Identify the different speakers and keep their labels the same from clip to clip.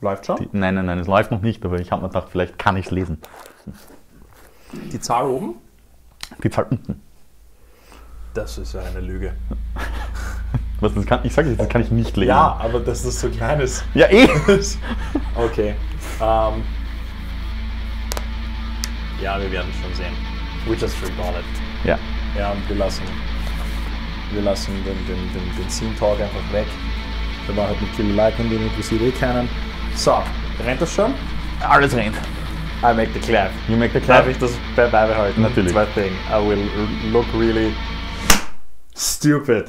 Speaker 1: Läuft schon?
Speaker 2: Die, nein, nein, nein, es läuft noch nicht, aber ich habe mir gedacht, vielleicht kann ich es lesen.
Speaker 1: Die, Zahl oben?
Speaker 2: Die Zahl unten.
Speaker 1: Das ist ja eine Lüge.
Speaker 2: Was, das kann, ich sage das kann ich nicht lesen.
Speaker 1: Ja, aber dass das so klein ist.
Speaker 2: Ja, eh.
Speaker 1: Okay. Ähm, ja, wir werden schon sehen. We just forgot it.
Speaker 2: ja.
Speaker 1: Ja, und wir lassen, wir lassen den, den, den, den Scene Talk einfach weg. Da war halt mit Killer Lightning, den interessiert eh keinen. So, rennt das schon?
Speaker 2: Alles rennt.
Speaker 1: I make the clap.
Speaker 2: You make the
Speaker 1: Darf
Speaker 2: clap.
Speaker 1: ich das bei- beibehalten?
Speaker 2: Natürlich.
Speaker 1: Zwei Ding. I will r- look really stupid.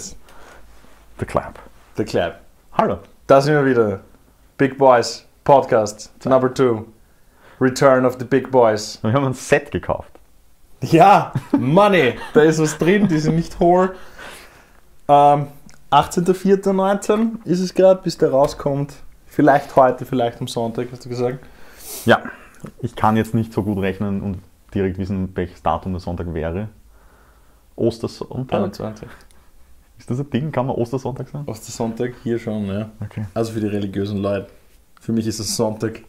Speaker 2: The clap.
Speaker 1: The clap.
Speaker 2: Hallo.
Speaker 1: Da sind wir wieder. Big Boys Podcast Number Two. Return of the Big Boys.
Speaker 2: Wir haben ein Set gekauft.
Speaker 1: Ja, Money. da ist was drin, die sind nicht hohl. Ähm, 18.04.19 ist es gerade, bis der rauskommt. Vielleicht heute, vielleicht am Sonntag, hast du gesagt.
Speaker 2: Ja. Ich kann jetzt nicht so gut rechnen und direkt wissen, welches Datum der Sonntag wäre. Ostersonntag? Ist das ein Ding? Kann man Ostersonntag sagen?
Speaker 1: Aus der Sonntag hier schon, ja.
Speaker 2: Okay.
Speaker 1: Also für die religiösen Leute. Für mich ist es Sonntag.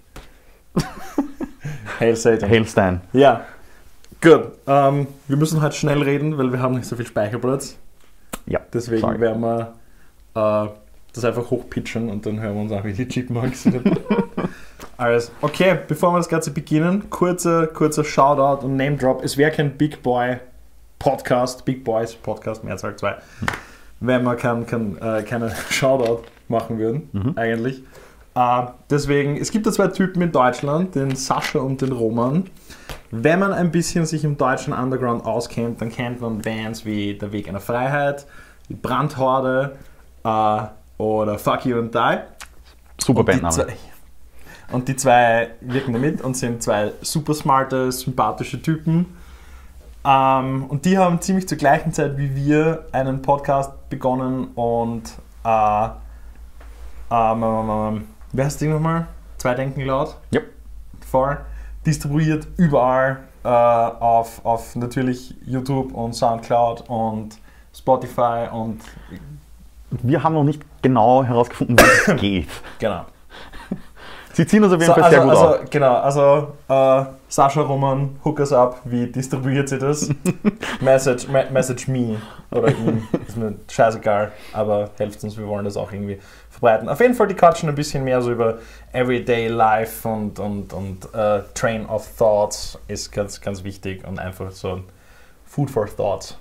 Speaker 1: Hail Satan.
Speaker 2: Hailstein.
Speaker 1: Ja. Gut. Ähm, wir müssen halt schnell reden, weil wir haben nicht so viel Speicherplatz.
Speaker 2: Ja.
Speaker 1: Deswegen
Speaker 2: sorry.
Speaker 1: werden wir äh, das einfach hochpitchen und dann hören wir uns an, wie die Chipmunks sind. Alles. Also, Okay, bevor wir das Ganze beginnen, kurzer, kurzer Shoutout und Name Drop. Es wäre kein Big Boy Podcast, Big Boys Podcast, Mehrzahl 2, wenn wir keinen kein, äh, keinen Shoutout machen würden, eigentlich. Äh, deswegen, es gibt da zwei Typen in Deutschland, den Sascha und den Roman. Wenn man ein bisschen sich im deutschen Underground auskennt, dann kennt man Bands wie Der Weg einer Freiheit, die Brandhorde äh, oder Fuck You and Die.
Speaker 2: Super
Speaker 1: Und die,
Speaker 2: Bandname.
Speaker 1: zwei, und die zwei wirken damit und sind zwei super smarte, sympathische Typen. Ähm, und die haben ziemlich zur gleichen Zeit wie wir einen Podcast begonnen und äh, ähm, ähm, ähm, wer heißt das Ding nochmal? Zwei Denken laut?
Speaker 2: Ja.
Speaker 1: voll distribuiert überall äh, auf, auf natürlich YouTube und Soundcloud und Spotify und
Speaker 2: Wir haben noch nicht genau herausgefunden, wie es geht.
Speaker 1: genau.
Speaker 2: Sie ziehen uns auf
Speaker 1: So,
Speaker 2: jeden Fall
Speaker 1: also,
Speaker 2: sehr gut
Speaker 1: also, genau, also äh, Sascha Roman, hook us up, wie distribuiert sie das? message, me, message me oder ihm, ist mir scheißegal, aber helft uns, wir wollen das auch irgendwie verbreiten. Auf jeden Fall, die quatschen ein bisschen mehr so über Everyday Life und, und, und äh, Train of Thoughts ist ganz, ganz wichtig und einfach so ein Food for Thought.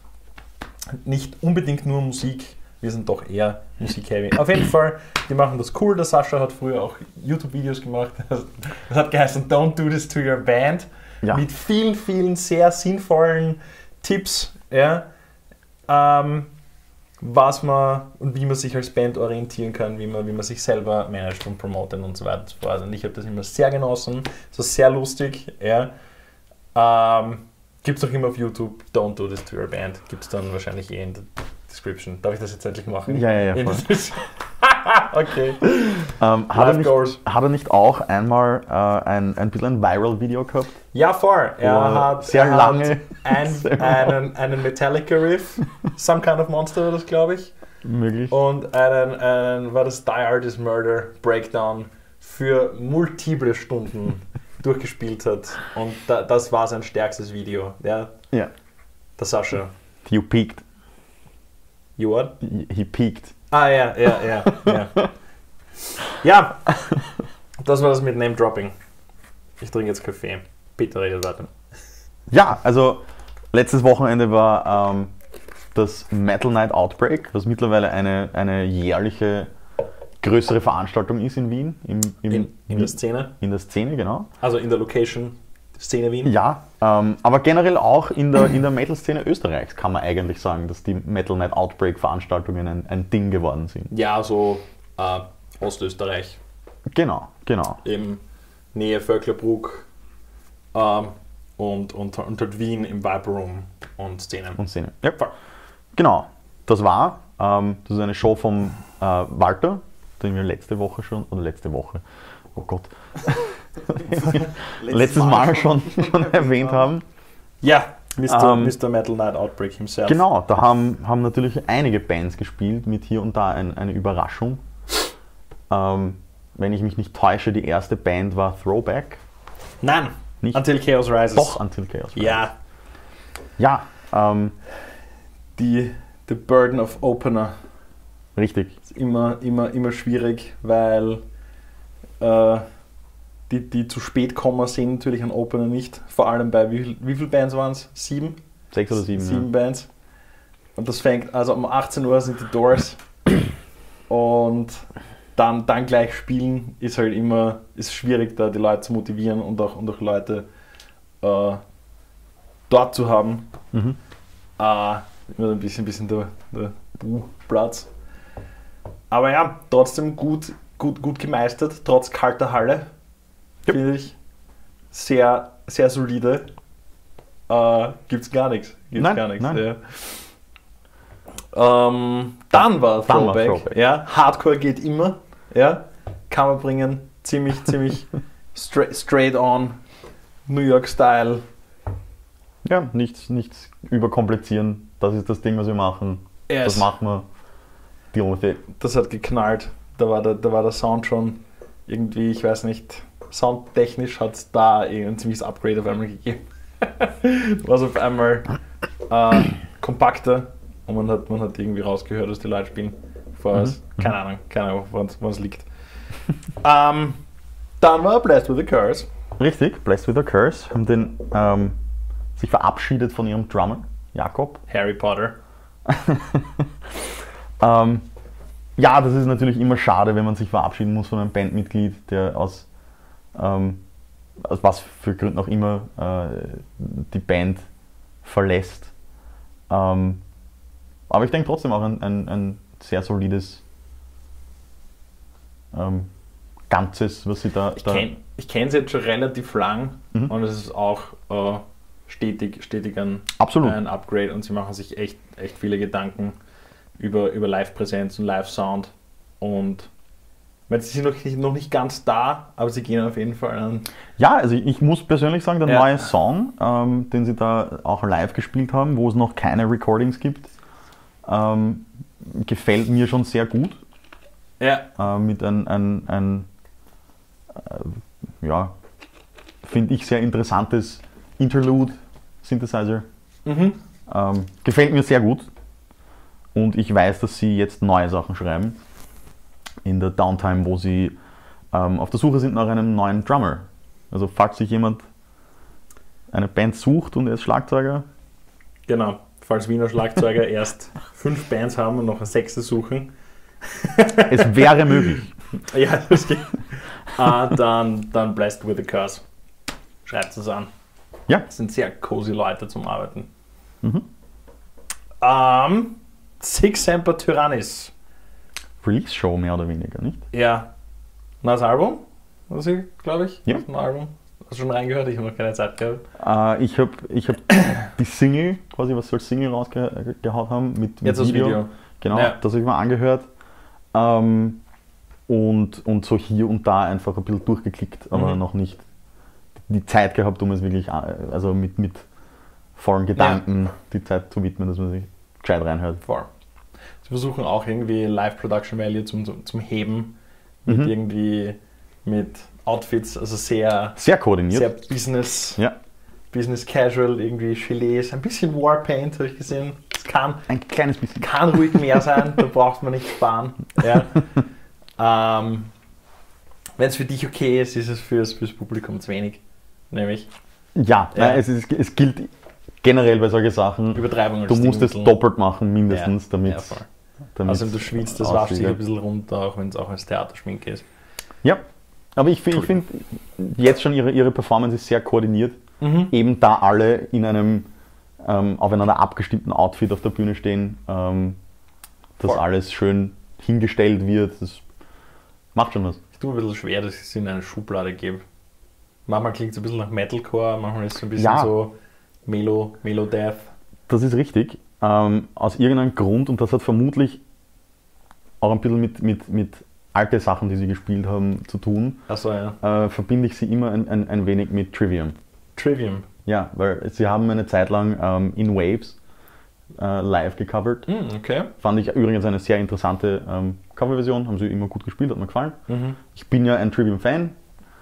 Speaker 1: Nicht unbedingt nur Musik, wir sind doch eher Musik-heavy. Auf jeden Fall, die machen das cool. Der Sascha hat früher auch YouTube-Videos gemacht. Das hat geheißen Don't Do This to Your Band.
Speaker 2: Ja.
Speaker 1: Mit vielen, vielen sehr sinnvollen Tipps, ja, ähm, was man und wie man sich als Band orientieren kann, wie man, wie man sich selber managt und promotet und so weiter und so fort. Und ich habe das immer sehr genossen. Es war sehr lustig, ja. Ähm, gibt's noch immer auf YouTube, Don't Do This To Your Band. Gibt's dann wahrscheinlich eh in der Description. Darf ich das jetzt endlich machen?
Speaker 2: Ja, ja, ja,
Speaker 1: In der
Speaker 2: voll.
Speaker 1: Des- okay.
Speaker 2: aus. Ähm, hat, er
Speaker 1: Life
Speaker 2: nicht,
Speaker 1: goals.
Speaker 2: hat er nicht auch einmal äh, ein, ein bisschen ein Viral-Video gehabt?
Speaker 1: Ja, voll. Er
Speaker 2: Wow.
Speaker 1: hat
Speaker 2: Sehr
Speaker 1: er Hat
Speaker 2: lange. Sehr
Speaker 1: ein,
Speaker 2: lange.
Speaker 1: einen, einen Metallica-Riff, Some Kind of Monster war das, glaube ich.
Speaker 2: Möglich.
Speaker 1: Und einen, einen, war das Die Art is Murder Breakdown für multiple Stunden durchgespielt hat. Und da, das war sein stärkstes Video. Ja,
Speaker 2: Ja.
Speaker 1: der Sascha.
Speaker 2: You peaked.
Speaker 1: You what?
Speaker 2: He peaked.
Speaker 1: Ah ja, ja, ja, ja. ja, das war das mit Name Dropping. Ich trinke jetzt Kaffee. Peter redet weiter.
Speaker 2: Ja, also letztes Wochenende war ähm, das Metal Night Outbreak, was mittlerweile eine, eine jährliche größere Veranstaltung ist in Wien. Im, im,
Speaker 1: In, in der Szene,
Speaker 2: in der Szene, genau.
Speaker 1: also in der Location Szene Wien.
Speaker 2: Ja, ähm, aber generell auch in der, in der Metal-Szene Österreichs kann man eigentlich sagen, dass die Metal Night Outbreak-Veranstaltungen ein, ein Ding geworden sind.
Speaker 1: Ja, so äh, Ostösterreich,
Speaker 2: Genau, genau.
Speaker 1: eben Nähe Vöcklerbruck ähm, und, und, und halt Wien im Viper Room und Szene.
Speaker 2: Und Szene. Ja, voll. Genau, das war. Ähm, das ist eine Show vom äh, Walter, den wir letzte Woche schon, oder letzte Woche, oh Gott, letztes Mal schon, schon erwähnt haben.
Speaker 1: Ja, Mr.
Speaker 2: Ähm,
Speaker 1: Mr. Metal Night Outbreak himself.
Speaker 2: Genau, da haben, haben natürlich einige Bands gespielt, mit hier und da ein, eine Überraschung. Ähm, wenn ich mich nicht täusche, die erste Band war Throwback.
Speaker 1: Nein,
Speaker 2: Nicht?
Speaker 1: Until Chaos Rises.
Speaker 2: Doch, Until Chaos. Rises.
Speaker 1: Ja,
Speaker 2: Ja, ähm,
Speaker 1: die The Burden of Opener
Speaker 2: richtig.
Speaker 1: ist immer, immer, immer schwierig, weil äh, die, die zu spät kommen, sehen natürlich einen Opener nicht. Vor allem bei wie, viel- wie viele Bands waren es? Sieben?
Speaker 2: Sechs oder sieben.
Speaker 1: sieben Bands. Und das fängt, also um 18 Uhr sind die Doors. und dann, dann gleich spielen ist halt immer, ist schwierig, da die Leute zu motivieren und auch, und auch Leute äh, dort zu haben.
Speaker 2: Ja. Mhm.
Speaker 1: Ah, immer ein bisschen, bisschen der, der Buhplatz. Aber ja, trotzdem gut, gut, gut gemeistert, trotz kalter Halle.
Speaker 2: Jupp.
Speaker 1: Finde ich sehr, sehr solide. Äh, gibt's gar nichts. Gibt's
Speaker 2: Nein,
Speaker 1: gar nichts.
Speaker 2: nein.
Speaker 1: Ja. Ähm, dann war
Speaker 2: Dann war
Speaker 1: Throwback.
Speaker 2: Throwback.
Speaker 1: Ja, Hardcore geht immer. Ja, kann man bringen. Ziemlich, ziemlich straight, straight on. New York Style.
Speaker 2: ja, nichts, nichts überkomplizieren. Das ist das Ding, was wir machen. Das
Speaker 1: Yes.
Speaker 2: machen wir. Deal with it.
Speaker 1: das hat geknallt. Da war der, da war der Sound schon irgendwie, ich weiß nicht, soundtechnisch hat es da eh ein ziemliches Upgrade auf einmal gegeben. Was auf einmal äh, kompakter und man hat, man hat irgendwie rausgehört, dass die Leute spielen. Vorher es- Keine Ahnung, keine Ahnung, woran es liegt. ähm, dann war Blessed with a Curse.
Speaker 2: Richtig, Blessed with a Curse haben den, ähm, sich verabschiedet von ihrem Drummer, Jakob.
Speaker 1: Harry Potter.
Speaker 2: Ähm, ja, das ist natürlich immer schade, wenn man sich verabschieden muss von einem Bandmitglied, der aus, ähm, aus was für Gründen auch immer äh, die Band verlässt. Ähm, aber ich denke trotzdem auch ein, ein, ein sehr solides ähm, Ganzes, was sie da.
Speaker 1: Ich
Speaker 2: da
Speaker 1: kenne ich es jetzt schon relativ lang
Speaker 2: Mhm.
Speaker 1: und es ist auch äh, stetig, stetig ein,
Speaker 2: Absolut.
Speaker 1: ein Upgrade und sie machen sich echt, echt viele Gedanken über, über Live-Präsenz und Live-Sound und ich mein, sie sind noch nicht, noch nicht ganz da, aber sie gehen auf jeden Fall an.
Speaker 2: Ja, also ich, ich muss persönlich sagen, der
Speaker 1: Ja.
Speaker 2: neue Song, ähm, den sie da auch live gespielt haben, wo es noch keine Recordings gibt, ähm, gefällt mir schon sehr gut.
Speaker 1: Ja,
Speaker 2: Äh, mit ein, ein, ein äh, ja, finde ich sehr interessantes Interlude, Synthesizer.
Speaker 1: mhm.
Speaker 2: Ähm, gefällt mir sehr gut. Und ich weiß, dass sie jetzt neue Sachen schreiben. In der Downtime, wo sie ähm, auf der Suche sind nach einem neuen Drummer. Also falls sich jemand eine Band sucht und er ist Schlagzeuger.
Speaker 1: genau. Falls Wiener Schlagzeuger erst fünf Bands haben und noch eine sechste suchen,
Speaker 2: Es wäre möglich.
Speaker 1: ja, das geht. Ah, dann, dann Blessed with a Curse. Schreibt es an.
Speaker 2: Ja.
Speaker 1: Das sind sehr cozy Leute zum Arbeiten.
Speaker 2: Mhm.
Speaker 1: Ähm, Six Semper Tyrannis.
Speaker 2: Release-Show mehr oder weniger, nicht?
Speaker 1: Ja. Neues Album? Was ich, glaube ich?
Speaker 2: Ja.
Speaker 1: Ist Ein Album. Hast du schon reingehört? Ich habe noch keine Zeit gehabt.
Speaker 2: Äh, ich habe ich hab die Single, quasi was wir als Single rausgehauen haben, mit, mit
Speaker 1: Jetzt das Video.
Speaker 2: Genau,
Speaker 1: Ja.
Speaker 2: das habe ich mir angehört. Ähm, und, und so hier und da einfach ein bisschen durchgeklickt, aber
Speaker 1: Mhm.
Speaker 2: noch nicht die Zeit gehabt, um es wirklich, äh, also mit, mit vollen Gedanken die Zeit zu widmen, dass man sich gescheit reinhört.
Speaker 1: Voll. Sie versuchen auch irgendwie Live Production Value zum, zum, zum Heben. Mit
Speaker 2: Mhm.
Speaker 1: irgendwie mit Outfits, also sehr,
Speaker 2: Sehr koordiniert.
Speaker 1: sehr Business,
Speaker 2: ja.
Speaker 1: Business Casual, irgendwie Gilets, ein bisschen Warpaint habe ich gesehen. Es kann,
Speaker 2: Ein kleines bisschen.
Speaker 1: kann ruhig mehr sein, da braucht man nicht sparen. Ja. ähm, Wenn es für dich okay ist, ist es fürs, fürs Publikum zu wenig. Nämlich
Speaker 2: Ja,
Speaker 1: Ja.
Speaker 2: Nein, es, ist, es gilt generell bei solchen Sachen,
Speaker 1: Übertreibung. als
Speaker 2: du musst es
Speaker 1: Stilmittel.
Speaker 2: doppelt machen, mindestens,
Speaker 1: Ja,
Speaker 2: damit
Speaker 1: ja, voll.
Speaker 2: damit
Speaker 1: Außerdem du schwitzt, das wascht sich ein bisschen runter, auch wenn es auch als Theaterschminke ist.
Speaker 2: Ja, aber ich, fi- ich finde jetzt schon ihre, ihre Performance ist sehr koordiniert. Eben da alle in einem ähm, aufeinander abgestimmten Outfit auf der Bühne stehen, ähm, dass
Speaker 1: Voll.
Speaker 2: alles schön hingestellt wird. Das macht schon was.
Speaker 1: Ich tue mir ein bisschen schwer, dass ich es in eine Schublade gebe. Manchmal klingt es ein bisschen nach Metalcore, manchmal ist es ein bisschen
Speaker 2: Ja.
Speaker 1: so Melo, Melo-Death.
Speaker 2: Das ist richtig. Ähm, aus irgendeinem Grund, und das hat vermutlich auch ein bisschen mit, mit, mit alten Sachen, die sie gespielt haben, zu tun,
Speaker 1: Achso, also, ja.
Speaker 2: äh, verbinde ich sie immer ein, ein, ein wenig mit Trivium.
Speaker 1: Trivium.
Speaker 2: Ja, weil sie haben eine Zeit lang ähm, in Waves äh, live gecovert.
Speaker 1: Hm, okay.
Speaker 2: Fand ich übrigens eine sehr interessante ähm, Coverversion, haben sie immer gut gespielt, hat mir gefallen.
Speaker 1: Mhm.
Speaker 2: Ich bin ja ein Trivium-Fan.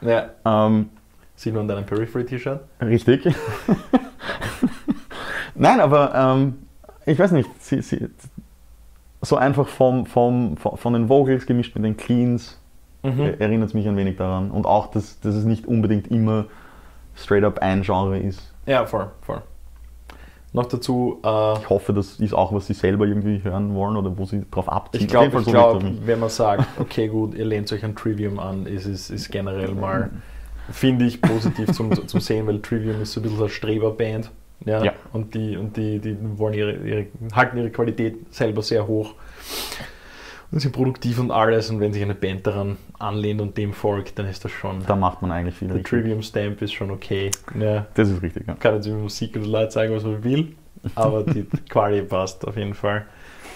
Speaker 1: Ja.
Speaker 2: Ähm,
Speaker 1: Sieht man deinem Periphery-T-Shirt?
Speaker 2: Richtig. Nein, aber ähm, ich weiß nicht, sie, sie, so einfach vom, vom, von von den Vocals gemischt mit den Cleans äh,
Speaker 1: Mhm.
Speaker 2: erinnert es mich ein wenig daran. Und auch, dass, dass es nicht unbedingt immer straight up ein Genre ist.
Speaker 1: Ja, voll, voll. Noch dazu, äh,
Speaker 2: Ich hoffe, das ist auch, was sie selber irgendwie hören wollen oder wo sie drauf abziehen.
Speaker 1: ich glaube,
Speaker 2: Auf
Speaker 1: ich
Speaker 2: jeden Fall so
Speaker 1: glaub,
Speaker 2: Richtung-
Speaker 1: wenn man sagt, okay, gut, ihr lehnt euch an Trivium an, ist es ist generell mal, finde ich, positiv zum, zum Sehen, weil Trivium ist so ein bisschen so eine Streberband. Ja,
Speaker 2: Ja.
Speaker 1: Und die, und die, die wollen ihre, ihre, halten ihre Qualität selber sehr hoch und sind produktiv und alles. Und wenn sich eine Band daran anlehnt und dem folgt, dann ist das schon.
Speaker 2: Da macht man eigentlich viel
Speaker 1: Der
Speaker 2: richtig.
Speaker 1: Trivium Stamp ist schon okay. Ja.
Speaker 2: Das ist richtig, ja.
Speaker 1: kann jetzt über Musik und Leute sagen, was man will, aber die Quali passt auf jeden Fall.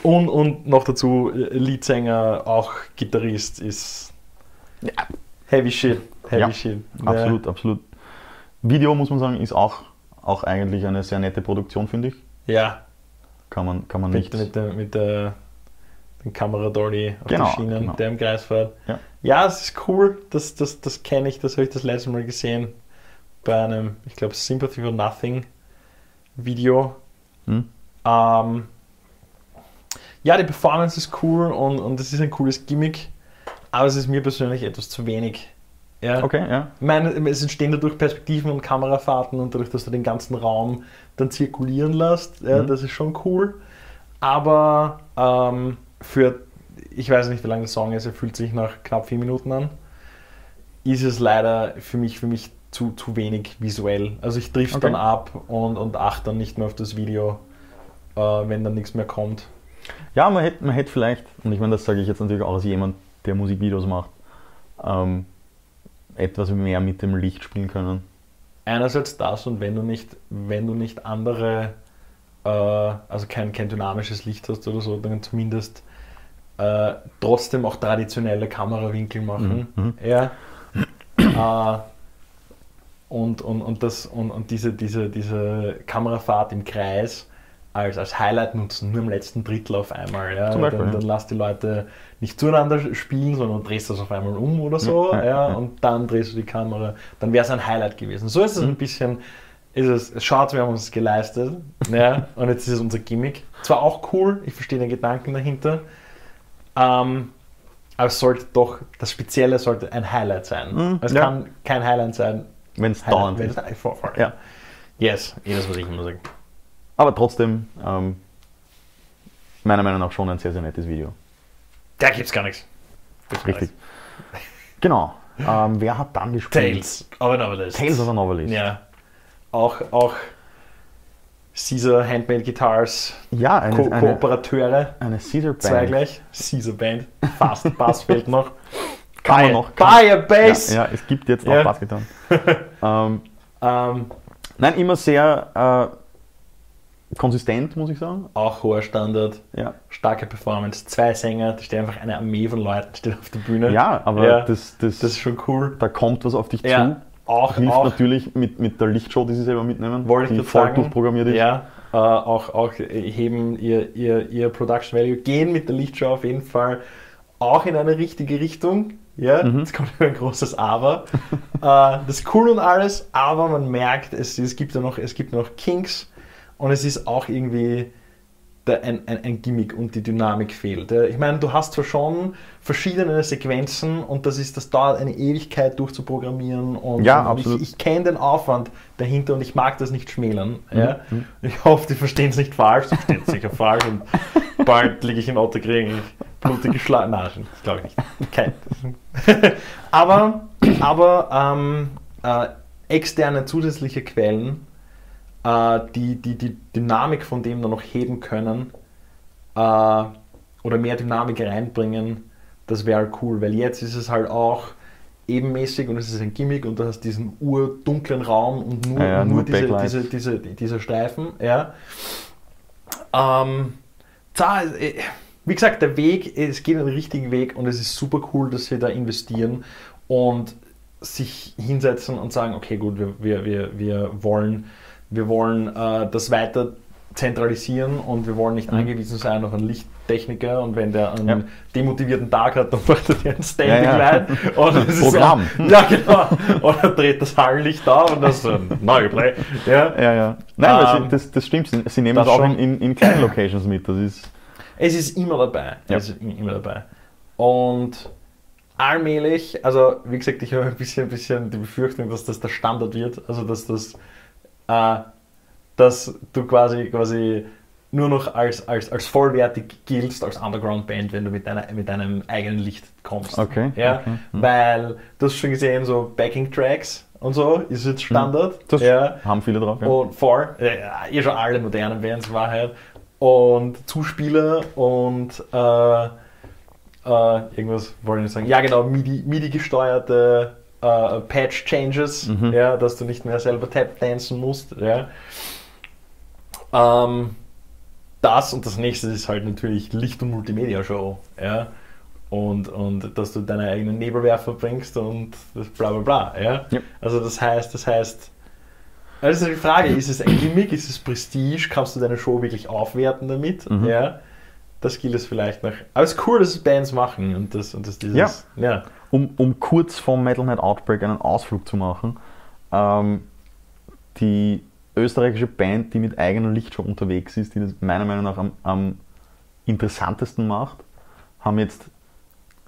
Speaker 1: Und, und noch dazu, äh, Leadsänger, auch Gitarrist ist
Speaker 2: Ja.
Speaker 1: heavy shit. Heavy
Speaker 2: Ja,
Speaker 1: shit.
Speaker 2: Absolut, absolut. Video, muss man sagen, ist auch, auch eigentlich eine sehr nette Produktion, finde ich.
Speaker 1: Ja,
Speaker 2: Kann man, kann man
Speaker 1: mit,
Speaker 2: nicht.
Speaker 1: mit, der, mit der dem Kameradolly auf
Speaker 2: Genau,
Speaker 1: den Schienen,
Speaker 2: genau.
Speaker 1: der im Kreis fährt.
Speaker 2: Ja.
Speaker 1: ja, es ist cool, das, das, das kenne ich, das habe ich das letzte Mal gesehen bei einem, ich glaube, Sympathy for Nothing Video.
Speaker 2: Hm?
Speaker 1: Ähm, ja, die Performance ist cool und, und das ist ein cooles Gimmick, aber es ist mir persönlich etwas zu wenig. Ja?
Speaker 2: Okay, ja.
Speaker 1: Ich meine, es entstehen dadurch Perspektiven und Kamerafahrten und dadurch, dass du den ganzen Raum dann zirkulieren lässt, ja,
Speaker 2: Mhm.
Speaker 1: das ist schon cool. Aber ähm, für, ich weiß nicht, wie lang der Song ist, er fühlt sich nach knapp vier Minuten an, ist es leider für mich, für mich zu, zu wenig visuell. Also ich drifte
Speaker 2: Okay.
Speaker 1: dann ab und, und achte dann nicht mehr auf das Video, äh, wenn dann nichts mehr kommt.
Speaker 2: Ja, man hätte man hätte vielleicht, und ich meine, das sage ich jetzt natürlich auch als jemand, der Musikvideos macht, ähm, etwas mehr mit dem Licht spielen können.
Speaker 1: Einerseits das und wenn du nicht, wenn du nicht andere, äh, also kein, kein dynamisches Licht hast oder so, dann zumindest äh, trotzdem auch traditionelle Kamerawinkel machen.
Speaker 2: Mhm,
Speaker 1: Ja. äh, und, und, und, das, und, und diese, diese, diese Kamerafahrt im Kreis als, als Highlight nutzen, nur im letzten Drittel auf einmal. Ja?
Speaker 2: Zum Beispiel,
Speaker 1: dann,
Speaker 2: ja.
Speaker 1: dann lass die Leute nicht zueinander spielen, sondern drehst das auf einmal um oder so.
Speaker 2: Ja,
Speaker 1: Ja,
Speaker 2: ja, ja.
Speaker 1: Und dann drehst du die Kamera. Dann wäre es ein Highlight gewesen. So
Speaker 2: Mhm.
Speaker 1: ist es ein bisschen. Ist es, es schaut, wir haben uns geleistet. Ja, und jetzt ist es unser Gimmick. Zwar auch cool, ich verstehe den Gedanken dahinter, ähm, aber es sollte doch, das Spezielle sollte ein Highlight sein.
Speaker 2: Mhm,
Speaker 1: es
Speaker 2: ja.
Speaker 1: kann kein Highlight sein.
Speaker 2: Wenn es
Speaker 1: Highlight,
Speaker 2: dauernd
Speaker 1: wenn
Speaker 2: ist.
Speaker 1: es ein voll, voll.
Speaker 2: Ja.
Speaker 1: Yes, eh das, was ich immer sage.
Speaker 2: Aber trotzdem, ähm, meiner Meinung nach schon ein sehr, sehr nettes Video.
Speaker 1: Da gibt's gar nichts. Gibt's gar
Speaker 2: Richtig.
Speaker 1: nichts.
Speaker 2: Genau. Ähm, wer hat dann gespielt?
Speaker 1: Tales, aber aber das.
Speaker 2: Tales of a Novelist.
Speaker 1: Ja. Auch, auch Caesar Handmade Guitars
Speaker 2: ja eine,
Speaker 1: Ko
Speaker 2: eine,
Speaker 1: Kooperateure.
Speaker 2: eine Caesar Band.
Speaker 1: Zwei gleich. Caesar Band. Fast. Bass fehlt noch.
Speaker 2: Kann man
Speaker 1: Buy-
Speaker 2: noch. Kann
Speaker 1: Buy a Bass.
Speaker 2: Ja, ja, es gibt jetzt
Speaker 1: Ja.
Speaker 2: auch Basketball. ähm,
Speaker 1: Ähm,
Speaker 2: nein, immer sehr äh, konsistent, muss ich sagen.
Speaker 1: auch hoher Standard.
Speaker 2: Ja.
Speaker 1: Starke Performance. Zwei Sänger. Da steht einfach eine Armee von Leuten steht auf der Bühne.
Speaker 2: Ja, aber
Speaker 1: Ja.
Speaker 2: Das, das,
Speaker 1: Das ist schon cool.
Speaker 2: da kommt was auf dich zu.
Speaker 1: Ja. Auch,
Speaker 2: Hilft
Speaker 1: auch
Speaker 2: natürlich mit, mit der Lichtshow, die sie selber mitnehmen,
Speaker 1: wollte ich
Speaker 2: die
Speaker 1: gerade sagen.
Speaker 2: durchprogrammiert ist.
Speaker 1: Ja, äh, auch, auch äh, heben ihr, ihr, ihr Production Value, gehen mit der Lichtshow auf jeden Fall auch in eine richtige Richtung. Ja,
Speaker 2: Mhm.
Speaker 1: jetzt kommt immer ein großes Aber. äh, das ist cool und alles, aber man merkt, es, es gibt ja noch, es gibt noch Kinks und es ist auch irgendwie der, ein, ein, ein Gimmick und die Dynamik fehlt. Ja, Ich meine, du hast zwar schon verschiedene Sequenzen und das ist, das dauert eine Ewigkeit durchzuprogrammieren und,
Speaker 2: Ja,
Speaker 1: und
Speaker 2: absolut.
Speaker 1: ich, ich kenne den Aufwand dahinter und ich mag das nicht schmälern. Ja? Ich hoffe, die verstehen es nicht falsch, sie verstehen es sicher falsch und bald liege ich in Otto kriegen blutige Schla- Nein, das glaube ich nicht. Kein. aber aber ähm, äh, externe zusätzliche Quellen äh, die, die die Dynamik von dem dann noch heben können äh, oder mehr Dynamik reinbringen, das wäre cool, weil jetzt ist es halt auch ebenmäßig und es ist ein Gimmick und du hast diesen urdunklen Raum und nur,
Speaker 2: Ja, ja,
Speaker 1: nur,
Speaker 2: nur
Speaker 1: diese,
Speaker 2: Backlight.
Speaker 1: diese, diese, diese Streifen. Ja. Ähm, tja, äh, wie gesagt, der Weg, es geht den richtigen Weg und es ist super cool, dass sie da investieren und sich hinsetzen und sagen, okay, gut, wir, wir, wir, wir wollen, wir wollen äh, das weiter zentralisieren und wir wollen nicht
Speaker 2: Mhm.
Speaker 1: angewiesen sein auf einen Lichttechniker und wenn der einen
Speaker 2: Ja.
Speaker 1: demotivierten Tag hat, dann macht er dir ein Standing
Speaker 2: Ja, ja.
Speaker 1: Light. Oder es ist
Speaker 2: Programm.
Speaker 1: Auch, ja, genau. Oder dreht das Hallenlicht auf und das ist ein neuer Play. Ja.
Speaker 2: Ja, ja. Nein,
Speaker 1: Ähm,
Speaker 2: das, das, das stimmt. Sie, sie nehmen
Speaker 1: das
Speaker 2: das auch
Speaker 1: schon.
Speaker 2: in, in, in kleinen Locations mit. Das ist.
Speaker 1: Es ist immer dabei.
Speaker 2: Ja.
Speaker 1: Es ist im- immer dabei. Und allmählich, also wie gesagt, ich habe ein bisschen, ein bisschen die Befürchtung, dass das der Standard wird. Also dass das, äh, dass du quasi, quasi nur noch als, als, als vollwertig giltst als Underground-Band, wenn du mit, deiner, mit deinem eigenen Licht kommst.
Speaker 2: Okay,
Speaker 1: Ja?
Speaker 2: okay, mhm.
Speaker 1: Weil du hast schon gesehen, so Backing-Tracks und so ist jetzt Standard.
Speaker 2: Hm. Das
Speaker 1: ja. Oh,
Speaker 2: haben viele drauf. Ja.
Speaker 1: Und vor, äh, eh schon alle modernen Bands in Wahrheit. Und Zuspieler und äh, äh, irgendwas wollte ich nicht sagen. Ja, genau, MIDI, MIDI-gesteuerte äh, Patch-Changes,
Speaker 2: Mhm.
Speaker 1: ja, dass du nicht mehr selber tap-dancen musst. Ja. Ähm, das und das nächste ist halt natürlich Licht- und Multimedia-Show. Ja. Und, und dass du deine eigenen Nebelwerfer bringst und das bla bla bla. Ja.
Speaker 2: Ja.
Speaker 1: Also das heißt, das heißt, also die Frage, ist es ein Gimmick, ist es Prestige, kannst du deine Show wirklich aufwerten damit?
Speaker 2: Mhm.
Speaker 1: Ja. Das gilt es vielleicht noch. Aber es ist cool, dass es Bands machen und das und das dieses. Ja. ja.
Speaker 2: um, um kurz vor Metal Night Outbreak einen Ausflug zu machen, ähm, die österreichische Band, die mit eigener Lichtshow unterwegs ist, die das meiner Meinung nach am, am interessantesten macht, haben jetzt,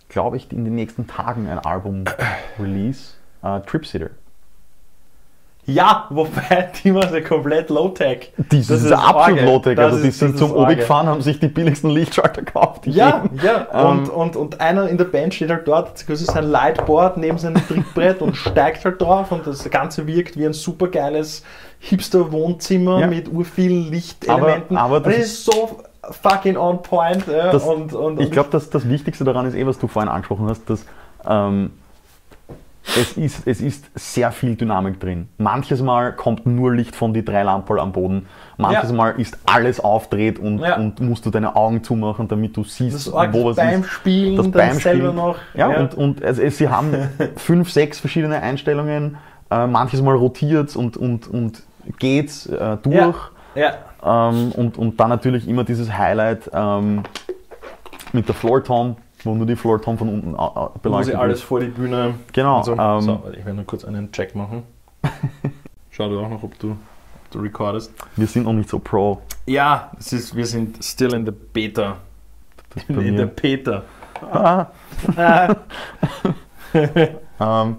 Speaker 2: glaube ich, in den nächsten Tagen ein Album-Release, äh, Tripsitter.
Speaker 1: Ja, wobei die machen ja komplett Low-Tech.
Speaker 2: Die das ist absolut
Speaker 1: arge.
Speaker 2: low-tech.
Speaker 1: Das
Speaker 2: Also die
Speaker 1: ist-
Speaker 2: sind
Speaker 1: das
Speaker 2: zum
Speaker 1: ist arge.
Speaker 2: Obi gefahren, haben sich die billigsten Lichtschalter gekauft. die
Speaker 1: Ja,
Speaker 2: gehen.
Speaker 1: ja. Und,
Speaker 2: Ähm,
Speaker 1: und, und einer in der Band steht halt dort, hat quasi sein Lightboard neben seinem Trickbrett und steigt halt drauf und das Ganze wirkt wie ein supergeiles Hipster-Wohnzimmer
Speaker 2: Ja.
Speaker 1: mit urvielen Lichtelementen.
Speaker 2: Aber- aber
Speaker 1: Und das,
Speaker 2: das
Speaker 1: ist so fucking on point. Äh,
Speaker 2: Das-
Speaker 1: und, und,
Speaker 2: Ich glaube, dass das Wichtigste daran ist eh, was du vorhin angesprochen hast, dass ähm, es, ist, es ist sehr viel Dynamik drin. Manches Mal kommt nur Licht von die drei Lampen am Boden. Manches
Speaker 1: Ja.
Speaker 2: Mal ist alles aufdreht und,
Speaker 1: Ja.
Speaker 2: und musst du deine Augen zumachen, damit du siehst,
Speaker 1: das arg
Speaker 2: wo was
Speaker 1: beim
Speaker 2: ist.
Speaker 1: Spielen,
Speaker 2: Das
Speaker 1: dann
Speaker 2: beim
Speaker 1: selber
Speaker 2: Spielen.
Speaker 1: noch.
Speaker 2: Ja, und, und also, es- sie haben fünf, sechs verschiedene Einstellungen. Äh, manches Mal rotiert und, und, und geht's äh, durch.
Speaker 1: ja. ja.
Speaker 2: Ähm, und, und dann natürlich immer dieses Highlight ähm, mit der Floor Tom, wo nur die Floor Tom von unten au- au-
Speaker 1: Muss
Speaker 2: beleuchtet
Speaker 1: ich
Speaker 2: wird.
Speaker 1: alles vor die Bühne.
Speaker 2: also Genau,
Speaker 1: Und So.
Speaker 2: ähm,
Speaker 1: so, warte, ich werde nur kurz einen Check machen. Schau du auch noch, ob du, ob du recordest.
Speaker 2: Wir sind noch nicht so pro.
Speaker 1: Ja, es ist, wir sind still in the Beta.
Speaker 2: Das ist bei
Speaker 1: In, in der
Speaker 2: mir.
Speaker 1: Peter.
Speaker 2: Ah, ähm,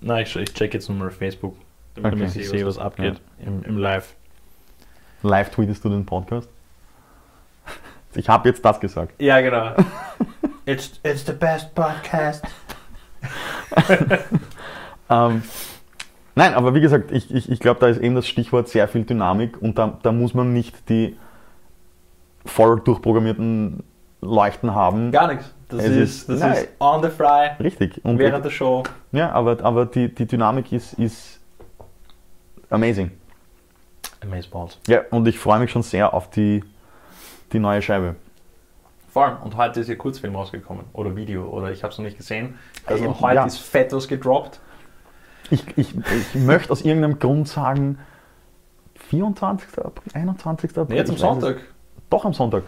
Speaker 1: Na, ich, ich check jetzt nochmal Facebook, damit
Speaker 2: Okay.
Speaker 1: ich sehe, was abgeht im, im Live.
Speaker 2: live tweetest du den Podcast? Ich habe jetzt das gesagt.
Speaker 1: Ja, genau. it's, it's the best podcast.
Speaker 2: Ähm, nein, aber wie gesagt, ich, ich, ich glaube, da ist eben das Stichwort sehr viel Dynamik und da, da muss man nicht die voll durchprogrammierten Leuchten haben.
Speaker 1: Gar nichts. Das
Speaker 2: Es
Speaker 1: ist,
Speaker 2: ist-
Speaker 1: das
Speaker 2: nein.
Speaker 1: ist on the fly,
Speaker 2: Richtig. Und
Speaker 1: während der Show.
Speaker 2: Ja, aber, aber die, die Dynamik ist, ist amazing.
Speaker 1: Amazeballs.
Speaker 2: Ja, und ich freue mich schon sehr auf die, die neue Scheibe.
Speaker 1: Vor allem, und heute ist ihr Kurzfilm rausgekommen. Oder Video, oder ich habe es noch nicht gesehen. Also
Speaker 2: Ähm,
Speaker 1: heute
Speaker 2: ja.
Speaker 1: ist fett was gedroppt.
Speaker 2: Ich, ich, ich möchte aus irgendeinem Grund sagen, 24. April, 21. April.
Speaker 1: Nee, jetzt am
Speaker 2: ich weiß es-
Speaker 1: Sonntag.
Speaker 2: Doch am Sonntag.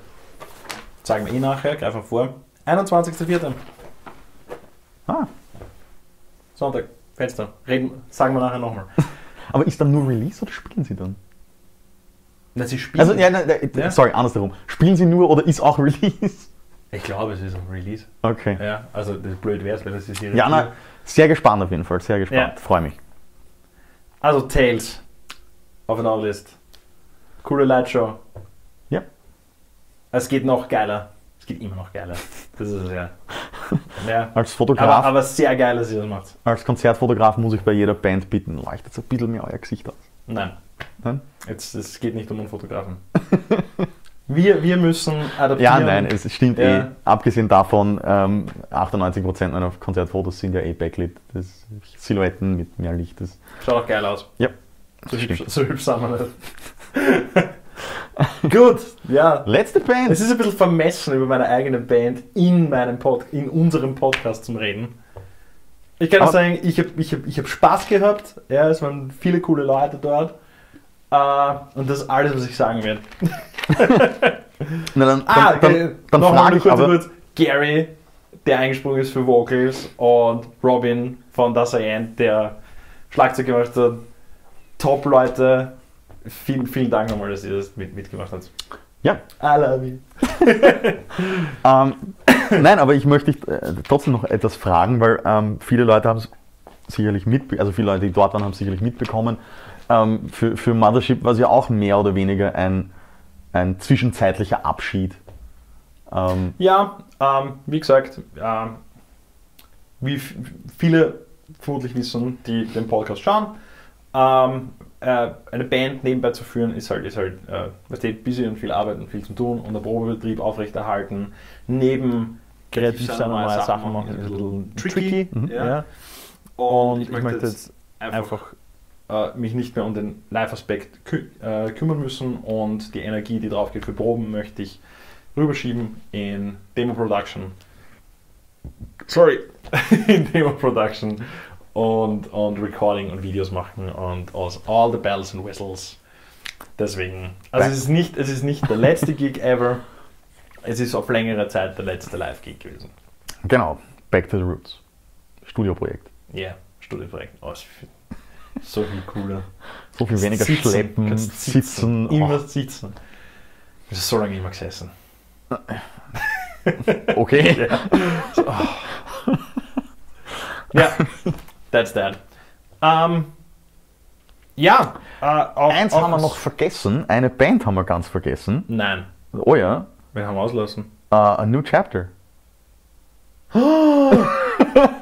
Speaker 1: Zeigen wir eh nachher, greifen wir vor. 21.04.
Speaker 2: Ah,
Speaker 1: Sonntag, Fenster. Reden, sagen wir nachher nochmal.
Speaker 2: aber ist dann nur Release oder spielen sie dann?
Speaker 1: Na, sie spielen.
Speaker 2: Also, ja, nein, nein,
Speaker 1: Ja.
Speaker 2: sorry, andersherum. Spielen sie nur oder ist auch Release?
Speaker 1: Ich glaube, es ist ein Release.
Speaker 2: Okay.
Speaker 1: Ja, also das blöd wäre es, wenn das ist ihre
Speaker 2: Jana, sehr gespannt auf jeden Fall, sehr gespannt.
Speaker 1: Ja.
Speaker 2: Freue mich.
Speaker 1: Also Tales auf einer List. Coole Lightshow.
Speaker 2: Ja.
Speaker 1: Es geht noch geiler. Es geht immer noch geiler. Das ist es ja. ja.
Speaker 2: Als
Speaker 1: Aber,
Speaker 2: Fotograf,
Speaker 1: aber sehr geil, dass ihr das macht.
Speaker 2: als Konzertfotograf muss ich bei jeder Band bitten, leuchtet ein bisschen mehr euer Gesicht aus.
Speaker 1: Nein.
Speaker 2: Nein?
Speaker 1: Jetzt, es geht nicht um einen Fotografen. wir, wir müssen adaptieren.
Speaker 2: Ja, nein, es stimmt eh.
Speaker 1: Ja.
Speaker 2: Abgesehen davon, ähm, 98% meiner Konzertfotos sind ja eh backlit. Das Silhouetten mit mehr Licht. Das,
Speaker 1: Schaut auch geil aus.
Speaker 2: ja,
Speaker 1: So
Speaker 2: das
Speaker 1: hübsch,
Speaker 2: stimmt.
Speaker 1: so hübsch sind wir nicht. Gut, ja.
Speaker 2: Letzte Band!
Speaker 1: Es ist ein bisschen vermessen, über meine eigene Band in, meinem Pod in unserem Podcast zu reden. Ich kann nur
Speaker 2: Aber-
Speaker 1: sagen, ich habe ich hab, ich hab Spaß gehabt. Ja, es waren viele coole Leute dort. Äh, und das ist alles, was ich sagen werde.
Speaker 2: Na, dann, dann,
Speaker 1: Ah,
Speaker 2: dann,
Speaker 1: äh,
Speaker 2: dann
Speaker 1: noch mal
Speaker 2: frage
Speaker 1: nur
Speaker 2: ich
Speaker 1: kurz,
Speaker 2: aber,
Speaker 1: kurz. Gary, der eingesprungen ist für Vocals und Robin von Das End, der Schlagzeug gemacht hat. Top-Leute. Vielen, vielen Dank nochmal, dass ihr das mit, mitgemacht habt.
Speaker 2: Ja.
Speaker 1: I love you.
Speaker 2: Ähm, nein, aber ich möchte dich äh, trotzdem noch etwas fragen, weil ähm, viele Leute haben es sicherlich mitbekommen, also viele Leute, die dort waren, haben es sicherlich mitbekommen. Ähm, für, für Mothership war es ja auch mehr oder weniger ein, ein zwischenzeitlicher Abschied. Ähm,
Speaker 1: Ja, ähm, wie gesagt, ähm, wie f- viele vermutlich wissen, die den Podcast schauen, ähm, äh, eine Band nebenbei zu führen, ist halt, ist halt äh, was steht, busy und viel Arbeit und viel zu tun und der Probebetrieb aufrechterhalten, neben
Speaker 3: Kreativ sein und neue Sachen machen ist ein bisschen tricky.
Speaker 1: Mhm.
Speaker 3: ja.
Speaker 1: Ja. Und ich möchte jetzt einfach äh, mich nicht mehr um den Live-Aspekt kü äh, kümmern müssen und die Energie, die drauf geht für Proben, möchte ich rüberschieben in Demo-Production. Sorry. in Demo-Production und, und Recording und Videos machen und aus all the bells and whistles. Deswegen, also es ist nicht, es ist nicht der letzte Gig ever. Es ist auf längere Zeit der letzte Live-Gig gewesen.
Speaker 2: genau, Back to the Roots. Studioprojekt.
Speaker 1: Ja, yeah, Studienprojekt. Oh, ist so viel cooler.
Speaker 2: So viel weniger
Speaker 1: Sitzen,
Speaker 2: schleppen,
Speaker 1: kannst
Speaker 2: sitzen.
Speaker 1: Immer
Speaker 2: oh,
Speaker 1: sitzen. Das ist so lange nicht mehr gesessen.
Speaker 2: okay. Oh.
Speaker 1: Ja, that's that. Ähm, ja, äh, auch,
Speaker 2: Oh, Eins
Speaker 1: auch
Speaker 2: haben wir noch vergessen, eine Band haben wir ganz vergessen.
Speaker 1: Nein,
Speaker 2: Oh ja,
Speaker 1: wir haben auslassen.
Speaker 2: äh, A New Chapter.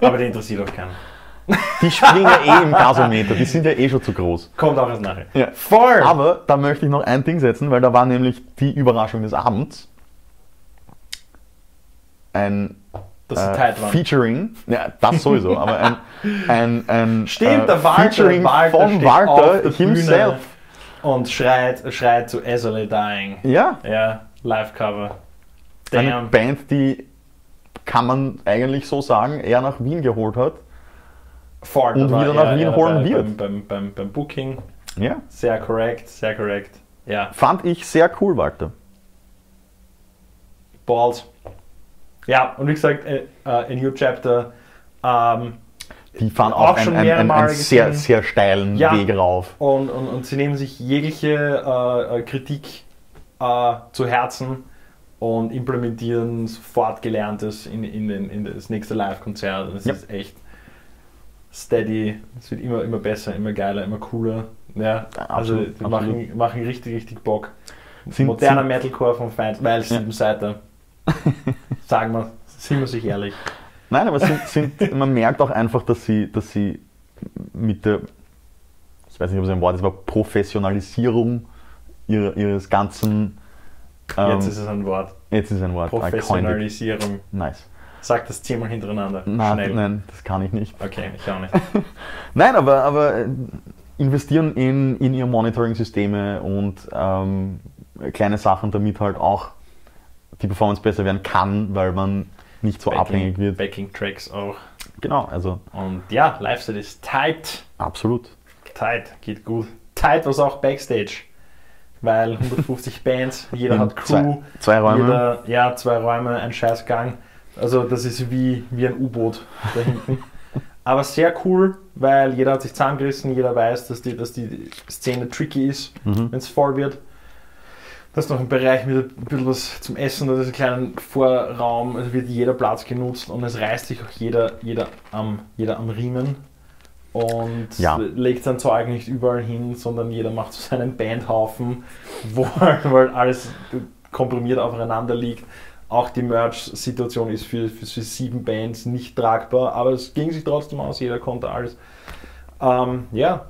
Speaker 1: Aber die interessiert auch keinen.
Speaker 2: Die springen ja eh im Gasometer, die sind ja eh schon zu groß.
Speaker 1: Kommt auch erst nachher.
Speaker 2: Ja.
Speaker 1: Voll!
Speaker 2: Aber da möchte ich noch ein Ding setzen, weil da war nämlich die Überraschung des Abends. Ein
Speaker 1: dass sie
Speaker 2: äh,
Speaker 1: tight waren.
Speaker 2: Featuring, ja, das sowieso, aber ein, ein, ein äh,
Speaker 1: Stimmt, der Walter,
Speaker 2: Featuring
Speaker 1: Walter
Speaker 2: von
Speaker 1: steht auf
Speaker 2: Walter
Speaker 1: der Bühne.
Speaker 2: himself.
Speaker 1: Und schreit, schreit zu Easily Dying.
Speaker 2: Ja,
Speaker 1: Ja, Live-Cover.
Speaker 2: eine
Speaker 1: Damn.
Speaker 2: Band, die kann man eigentlich so sagen, eher nach Wien geholt hat.
Speaker 1: Ford
Speaker 2: und
Speaker 1: war
Speaker 2: wieder nach
Speaker 1: er-
Speaker 2: Wien
Speaker 1: er
Speaker 2: holen
Speaker 1: bei-
Speaker 2: wird.
Speaker 1: Beim, beim, beim, beim Booking.
Speaker 2: Ja,
Speaker 1: Sehr korrekt, sehr korrekt. Ja,
Speaker 2: fand ich sehr cool, Walter.
Speaker 1: Balls. Ja, und wie gesagt, äh, äh, A New Chapter. Ähm,
Speaker 2: Die fahren
Speaker 1: Auch
Speaker 2: auch, einen-
Speaker 1: schon
Speaker 2: einen,
Speaker 1: mehrere
Speaker 2: einen, einen
Speaker 1: Male
Speaker 2: sehr,
Speaker 1: gesehen.
Speaker 2: sehr steilen
Speaker 1: Ja.
Speaker 2: Weg rauf.
Speaker 1: und, und, und sie nehmen sich jegliche äh, äh, Kritik äh, zu Herzen und implementieren sofort Gelerntes in, in, den, in das nächste Live-Konzert. Und es
Speaker 2: Ja.
Speaker 1: ist echt steady. Es wird immer, immer besser, immer geiler, immer cooler. Ja,
Speaker 2: Ja,
Speaker 1: also
Speaker 2: absolut,
Speaker 1: die machen, machen richtig, richtig Bock.
Speaker 2: Sind-
Speaker 1: Moderner
Speaker 2: sind-
Speaker 1: Metalcore von Feind, weil sieben Seiten. Sagen wir, sind wir sich ehrlich.
Speaker 2: Nein, aber es sind, sind, man merkt auch einfach, dass sie, dass sie mit der, ich weiß nicht, ob es ein Wort ist, aber Professionalisierung ihrer, ihres ganzen. ähm,
Speaker 1: Jetzt ist es ein Wort.
Speaker 2: jetzt ist ein Wort. I coined it.
Speaker 1: Professionalisierung.
Speaker 2: Nice.
Speaker 1: Sag das zehnmal hintereinander.
Speaker 2: Nein,
Speaker 1: Schnell.
Speaker 2: nein, das kann ich nicht.
Speaker 1: Okay, ich auch nicht.
Speaker 2: Nein, aber, aber äh, investieren in, in ihr Monitoring-Systeme und ähm, kleine Sachen, damit halt auch die Performance besser werden kann, weil man nicht so abhängig wird.
Speaker 1: Backing Tracks auch.
Speaker 2: Genau, also
Speaker 1: Und ja, Live-Set ist tight.
Speaker 2: absolut.
Speaker 1: Tight, geht gut. Tight was auch Backstage. Weil 150 Bands, jeder
Speaker 2: In
Speaker 1: hat Crew,
Speaker 2: Zwei, zwei Räume.
Speaker 1: jeder, ja, zwei Räume, ein scheiß Gang. Also das ist wie, wie ein U-Boot da hinten. Aber sehr cool, weil jeder hat sich zusammengerissen, jeder weiß, dass die, dass die Szene tricky ist.
Speaker 2: Mhm.
Speaker 1: wenn es voll wird. Da ist noch ein Bereich mit ein bisschen was zum Essen, da ist ein kleiner Vorraum, es wird jeder Platz genutzt und es reißt sich auch jeder, jeder, am, jeder am Riemen und
Speaker 2: Ja.
Speaker 1: legt sein Zeug nicht überall hin, sondern jeder macht so seinen Bandhaufen, wo halt weil alles komprimiert aufeinander liegt. Auch die Merch-Situation ist für, für, für sieben Bands nicht tragbar, aber es ging sich trotzdem aus, jeder konnte alles. Ähm, ja,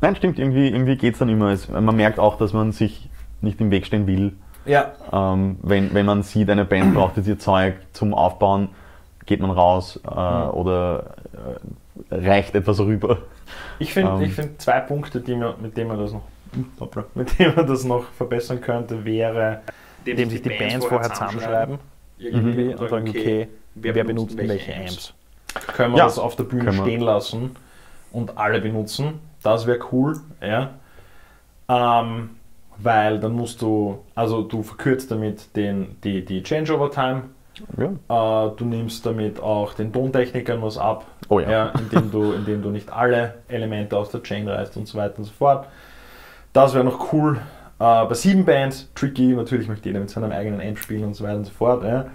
Speaker 2: Nein, stimmt, irgendwie, irgendwie geht es dann immer. Es, man merkt auch, dass man sich nicht im Weg stehen will.
Speaker 1: ja,
Speaker 2: Ähm, wenn, wenn man sieht, eine Band braucht jetzt ihr Zeug zum Aufbauen, geht man raus äh,
Speaker 1: Mhm.
Speaker 2: oder äh, reicht etwas rüber.
Speaker 1: Ich finde
Speaker 2: Ähm.
Speaker 1: ich find zwei Punkte, die man, mit denen man das noch Hm, hoppla, mit denen man das noch verbessern könnte, wäre,
Speaker 3: Dem, sich die Bands vorher zusammenschreiben.
Speaker 1: irgendwie
Speaker 3: Mhm.
Speaker 1: und sagen, okay, wer, benutzt welche Amps. Können wir
Speaker 2: Ja.
Speaker 1: das auf der Bühne
Speaker 2: Können wir.
Speaker 1: stehen lassen und alle benutzen? Das wäre cool, ja. Ähm, weil dann musst du, also du verkürzt damit den, die, die Changeover-Time,
Speaker 2: Ja.
Speaker 1: äh, du nimmst damit auch den Tontechnikern was ab,
Speaker 2: Oh ja.
Speaker 1: indem, du, indem du nicht alle Elemente aus der Chain reißt und so weiter und so fort. Das wäre noch cool. Äh, bei sieben Bands, tricky, natürlich möchte jeder mit seinem eigenen Amp spielen und so weiter und so fort. Ja.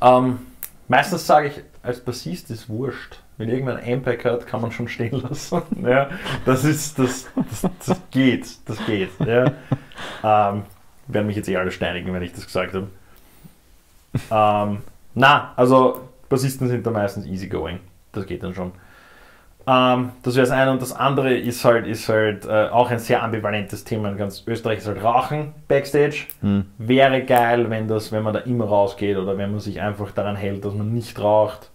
Speaker 1: Ähm, meistens sage ich, als Bassist ist wurscht. Wenn irgendwann ein Ampack hat, kann man schon stehen lassen. Ja, das ist, das, das, das geht, das geht. Ja. Ähm, werden mich jetzt eh alle steinigen, wenn ich das gesagt habe. Ähm, na, also Bassisten sind da meistens easygoing. Das geht dann schon. Ähm, das wäre das eine. Und das andere ist halt, ist halt äh, auch ein sehr ambivalentes Thema in ganz Österreich, ist halt Rauchen backstage
Speaker 2: Hm.
Speaker 1: wäre geil, wenn, das, wenn man da immer rausgeht oder wenn man sich einfach daran hält, dass man nicht raucht.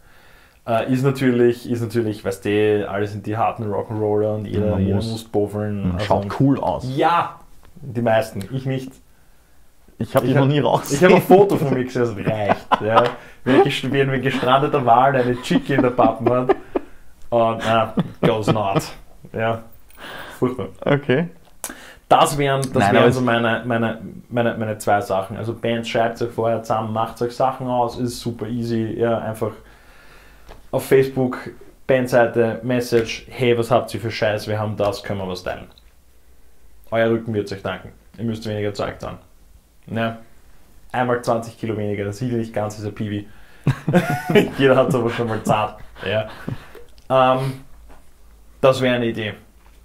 Speaker 1: Äh, ist natürlich, ist natürlich, weißt du, eh, alle sind die harten Rock'n'Roller und jeder,
Speaker 2: Man
Speaker 1: jeder
Speaker 2: muss.
Speaker 1: muss buffeln. Also
Speaker 2: Und Schaut cool aus.
Speaker 1: Ja, die meisten, ich nicht.
Speaker 2: Ich habe
Speaker 1: Ich
Speaker 2: dich noch
Speaker 1: hab-
Speaker 2: nie raus.
Speaker 1: Ich habe ein Foto von mir gesehen, das reicht. Ja. Wenn gest- wenn ein gestrandeter Wal eine Chicky in der Pappen hat und na, goes not. Ja, furchtbar.
Speaker 2: Okay.
Speaker 1: Das wären, das
Speaker 2: Nein, aber
Speaker 1: wären
Speaker 2: es-
Speaker 1: so meine, meine, meine, meine zwei Sachen. Also Bands schreibt euch vorher zusammen, macht euch Sachen aus, ist super easy. Ja, einfach auf Facebook, Bandseite, Message, hey, was habt ihr für Scheiß, wir haben das, können wir was teilen. Euer Rücken wird euch danken. Ihr müsst weniger Zeug tun. Ne? Einmal 20 Kilo weniger, das sieht ja nicht ganz, ist ein Piwi. Jeder hat aber schon mal zart. Ja. Ähm, das wäre eine Idee.